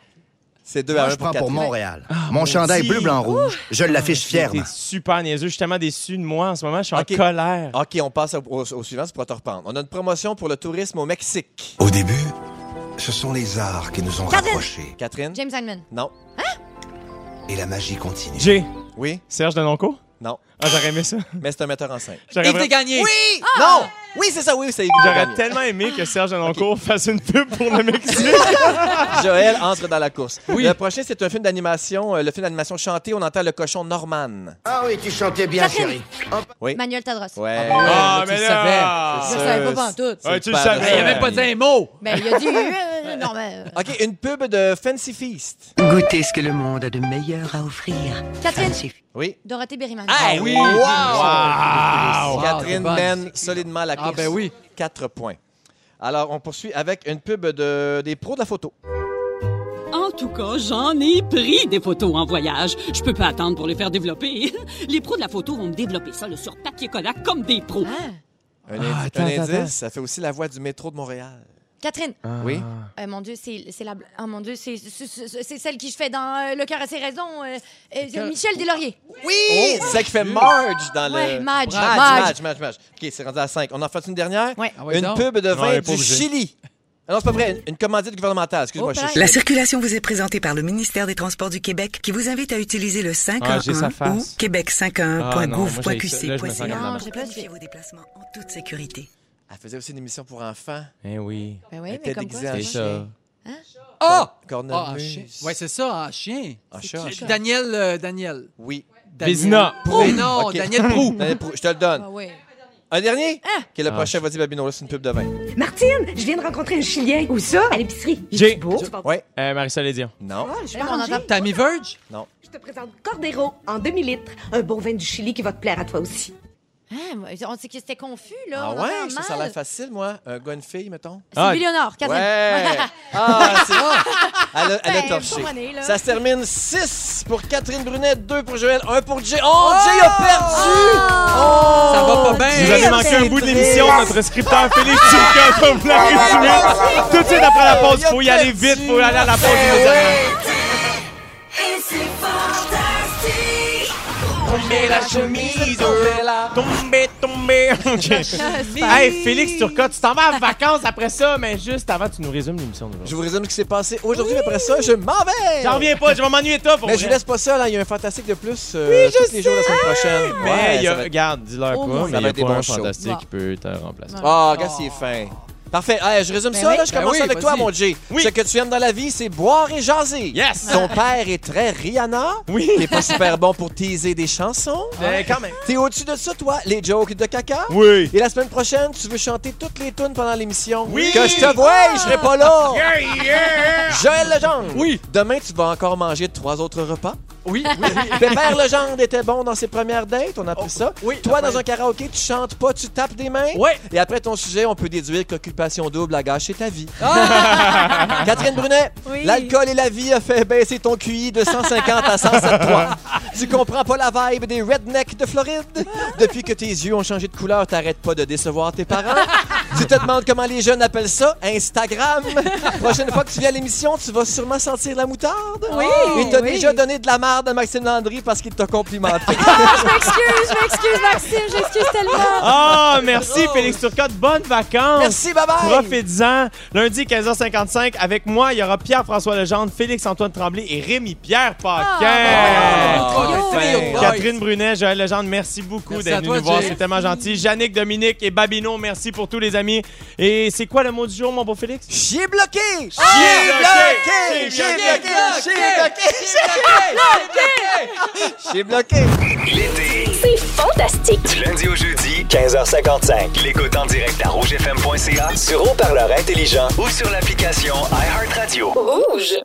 C'est deux à
Moi,
un
je
Ah, pour
prends pour
Catherine.
Montréal. Mon chandail
petit.
bleu blanc rouge, je l'affiche
T'es
fièrement.
super niaiseux. Je suis tellement déçu de moi en ce moment. Je suis
Ok.
en colère.
OK, on passe au, au- au suivant, c'est pour te reprendre. On a une promotion pour le tourisme au Mexique.
Au début, ce sont les arts qui nous ont
Catherine.
rapprochés.
Catherine?
James Hyndman.
Non.
Et la magie continue.
Jay.
Oui?
Serge Denonco?
Non.
Ah, j'aurais aimé ça.
Mais c'est un metteur en scène.
J'aurais
Yves
vra-
Desgagnés. Oui. Ah!
Non! Oui, c'est ça, oui, c'est Yves
J'aurais
Gagné.
tellement aimé que Serge Denonco fasse une pub pour le Mexique.
Joël entre dans la course.
Oui.
Le prochain, c'est un film d'animation, euh, le film d'animation chanté, on entend le cochon Norman.
Ah oui, tu chantais bien,
Catherine.
chérie.
Manuel Tadros.
Ouais.
Ah,
Ouais,
mais
tu
là...
Je
C'est
le
ça.
savais pas
Euh,
en tout.
Ouais, tu le
pas
savais.
vrai.
Il a même pas dit un mot.
Ben, il a dit. euh, non, mais.
Ah,
euh,
OK, une pub de Fancy Feast.
Goûtez ce que le monde a de meilleur à offrir.
Catherine.
Oui.
Dorothée Berryman.
Ah oui.
Ah, Wow!
Wow,
Catherine
t'es Ah, bonne.
mène solidement la
Ah,
course.
ben oui.
Quatre points. Alors, on poursuit avec une pub de, des pros de la photo.
En tout cas, j'en ai pris des photos en voyage. Je peux pas attendre pour les faire développer. Les pros de la photo vont me développer ça là, sur papier Kodak comme des pros.
Ah.
Un,
Ah,
indi-
attends,
un
attends,
indice,
attends.
ça fait aussi la voix du métro de Montréal.
Catherine.
Ah.
Oui.
Euh, mon Dieu, c'est c'est la. bl- Oh mon Dieu, c'est c'est- c'est- c'est celle qui je fais dans euh, Le cœur à ses raisons. euh, euh,
cœur-
Michel Delaurier.
Oui! C'est celle qui fait Marge dans
Ouais,
le...
Madge,
Madge,
Madge.
Madge, Madge, Madge. OK, c'est rendu à 5. On en fait une dernière?
Ouais.
Ah ouais,
une
donc.
pub de
on
vin
est pas
du
obligé.
Chili. Ah non, c'est pas vrai. Une, une commandite gouvernementale. Excuse-moi,
Oh,
je- je-
pareil.
La circulation vous est présentée par le ministère des Transports du Québec qui vous invite à utiliser le
Ah, j'ai
511
sa
ou
face. Ah, non, moi, j'ai ça. Là, je me sens comme la
Non,
québec511.gouv.qc.ca.
merde.
j'ai pas
Planifiez
dit.
vos déplacements en toute sécurité.
Elle faisait aussi une émission pour enfants.
Eh oui.
Ben
Elle
oui, mais
était
comme
déguisée
quoi.
en
C'est
c'est-
ça.
chien.
Ah!
Cornemuse.
Ah, en chien. Oui, c'est ça, en chien.
En chien, en chien.
Daniel, euh, Daniel.
Oui.
Daniel Proulx. Mais non,
Ok.
Daniel Proulx.
Daniel Je te le donne.
Ah oui.
Un dernier? Qui est le prochain? Vas-y, Babino, là, c'est une pub de vin.
Martine, je viens de rencontrer un Chilien. Où ça? À l'épicerie.
J'ai.
Oui.
Euh, Marisol et Dion.
Non.
Oh, je vais ranger.
Tammy Verge?
Non.
Je te présente Cordero en demi-litre. Un bon vin du Chili qui va te plaire à toi aussi.
Ah, moi, on sait que c'était confus, là.
Ah
on
ouais,
entend
je trouve ça a l'air
mal.
facile, moi. Un gars, une fille, mettons.
Ah, Sylvie Léonard, Catherine.
Ouais. Ah, c'est Elle a, elle a
Ben, comprenez,
torché.
là.
Ça se termine 6 pour Catherine Brunette, 2 pour Joël, 1 pour Jay. Oh, Jay a perdu! Oh!
Ça va pas bien.
Vous avez manqué un bout de l'émission. Notre scripteur Félix Turcotte va vous la résumer. Tout de suite après la pause, faut y aller vite. Faut aller à la pause.
Ben
mes amis.
Et c'est fantastique.
Tomber la chemise, tomber la...
Eh,
Tomber, tomber. OK. Hey, Félix Turcotte, tu t'en vas en vacances après ça, mais juste avant, tu nous résumes l'émission d'aujourd'hui.
Je vous résume ce qui s'est passé aujourd'hui. Après ça, je m'en vais!
J'en reviens pas, je vais m'ennuyer toi pour
Mais je vous
vrai.
laisse pas seul, hein, il y a un fantastique de plus euh, tous les jours la semaine prochaine.
Mais
Ouais,
il y
ça
a,
va être-
regarde, dis-leur
Au
pas,
moins.
mais
Ça
il
va
y a
être des
pas un
bons shows.
fantastique
Bon.
qui peut te remplacer.
Ah, gars, c'est fin. Parfait. Hey, je résume
Oh. Ben
ça,
oui.
là, je
Ben
commence
oui,
avec toi,
vas-y.
mon Jay. Ce que tu aimes dans la vie, c'est boire et jaser.
Yes.
Ton père est très Rihanna.
Oui.
T'es pas super bon pour teaser des chansons.
Ben, quand même.
T'es au-dessus de ça, toi, les jokes de caca.
Oui.
Et la semaine prochaine, tu veux chanter toutes les tunes pendant l'émission.
Oui. Ah,
Que je te vois, je serai pas là.
Yeah, yeah.
Joël Legendre. Oui. Demain, tu vas encore manger trois autres repas.
Oui,
Pépère Legendre était bon dans ses premières dates, on
Oh,
a appris ça. Toi, dans un karaoké, tu chantes pas, tu tapes des mains. Et après ton sujet, on peut déduire qu'occupation double a gâché ta vie. Catherine Brunet,
Oui.
l'alcool et la vie a fait baisser ton QI de 150 à 107.3. tu comprends pas la vibe des rednecks de Floride. Depuis que tes yeux ont changé de couleur, t'arrêtes pas de décevoir tes parents. tu te demandes comment les jeunes appellent ça, Instagram. Prochaine fois que tu viens à l'émission, tu vas sûrement sentir la moutarde.
Oui,
Et t'as
oui.
déjà donné de la marde à Maxime Landry parce qu'il t'a complimenté.
Je m'excuse, je m'excuse, Maxime, j'excuse tellement.
Ah, merci Félix Turcotte. Bonnes vacances.
Merci, bye-bye.
Profites-en. Lundi, 15h55, avec moi, il y aura Pierre-François Legendre, Félix-Antoine Tremblay et Rémi-Pierre Paquin.
Ah, bon, bon, bon, trio de boys.
Catherine Brunet, Joël Legendre, merci beaucoup
Merci
d'être
à
venu
toi,
nous voir.
Jay.
C'est tellement gentil. Yannick, Dominique et Babino, merci pour tous les amis. Et c'est quoi le mot du jour, mon beau Félix?
Chier bloqué! Chier
bloqué!
Chier bloqué! Chier bloqué! J'ai bloqué.
L'été, c'est fantastique.
Du lundi au jeudi, 15h55. L'écoute en direct à rougefm.ca, sur haut-parleur intelligent ou sur l'application iHeartRadio.
Rouge.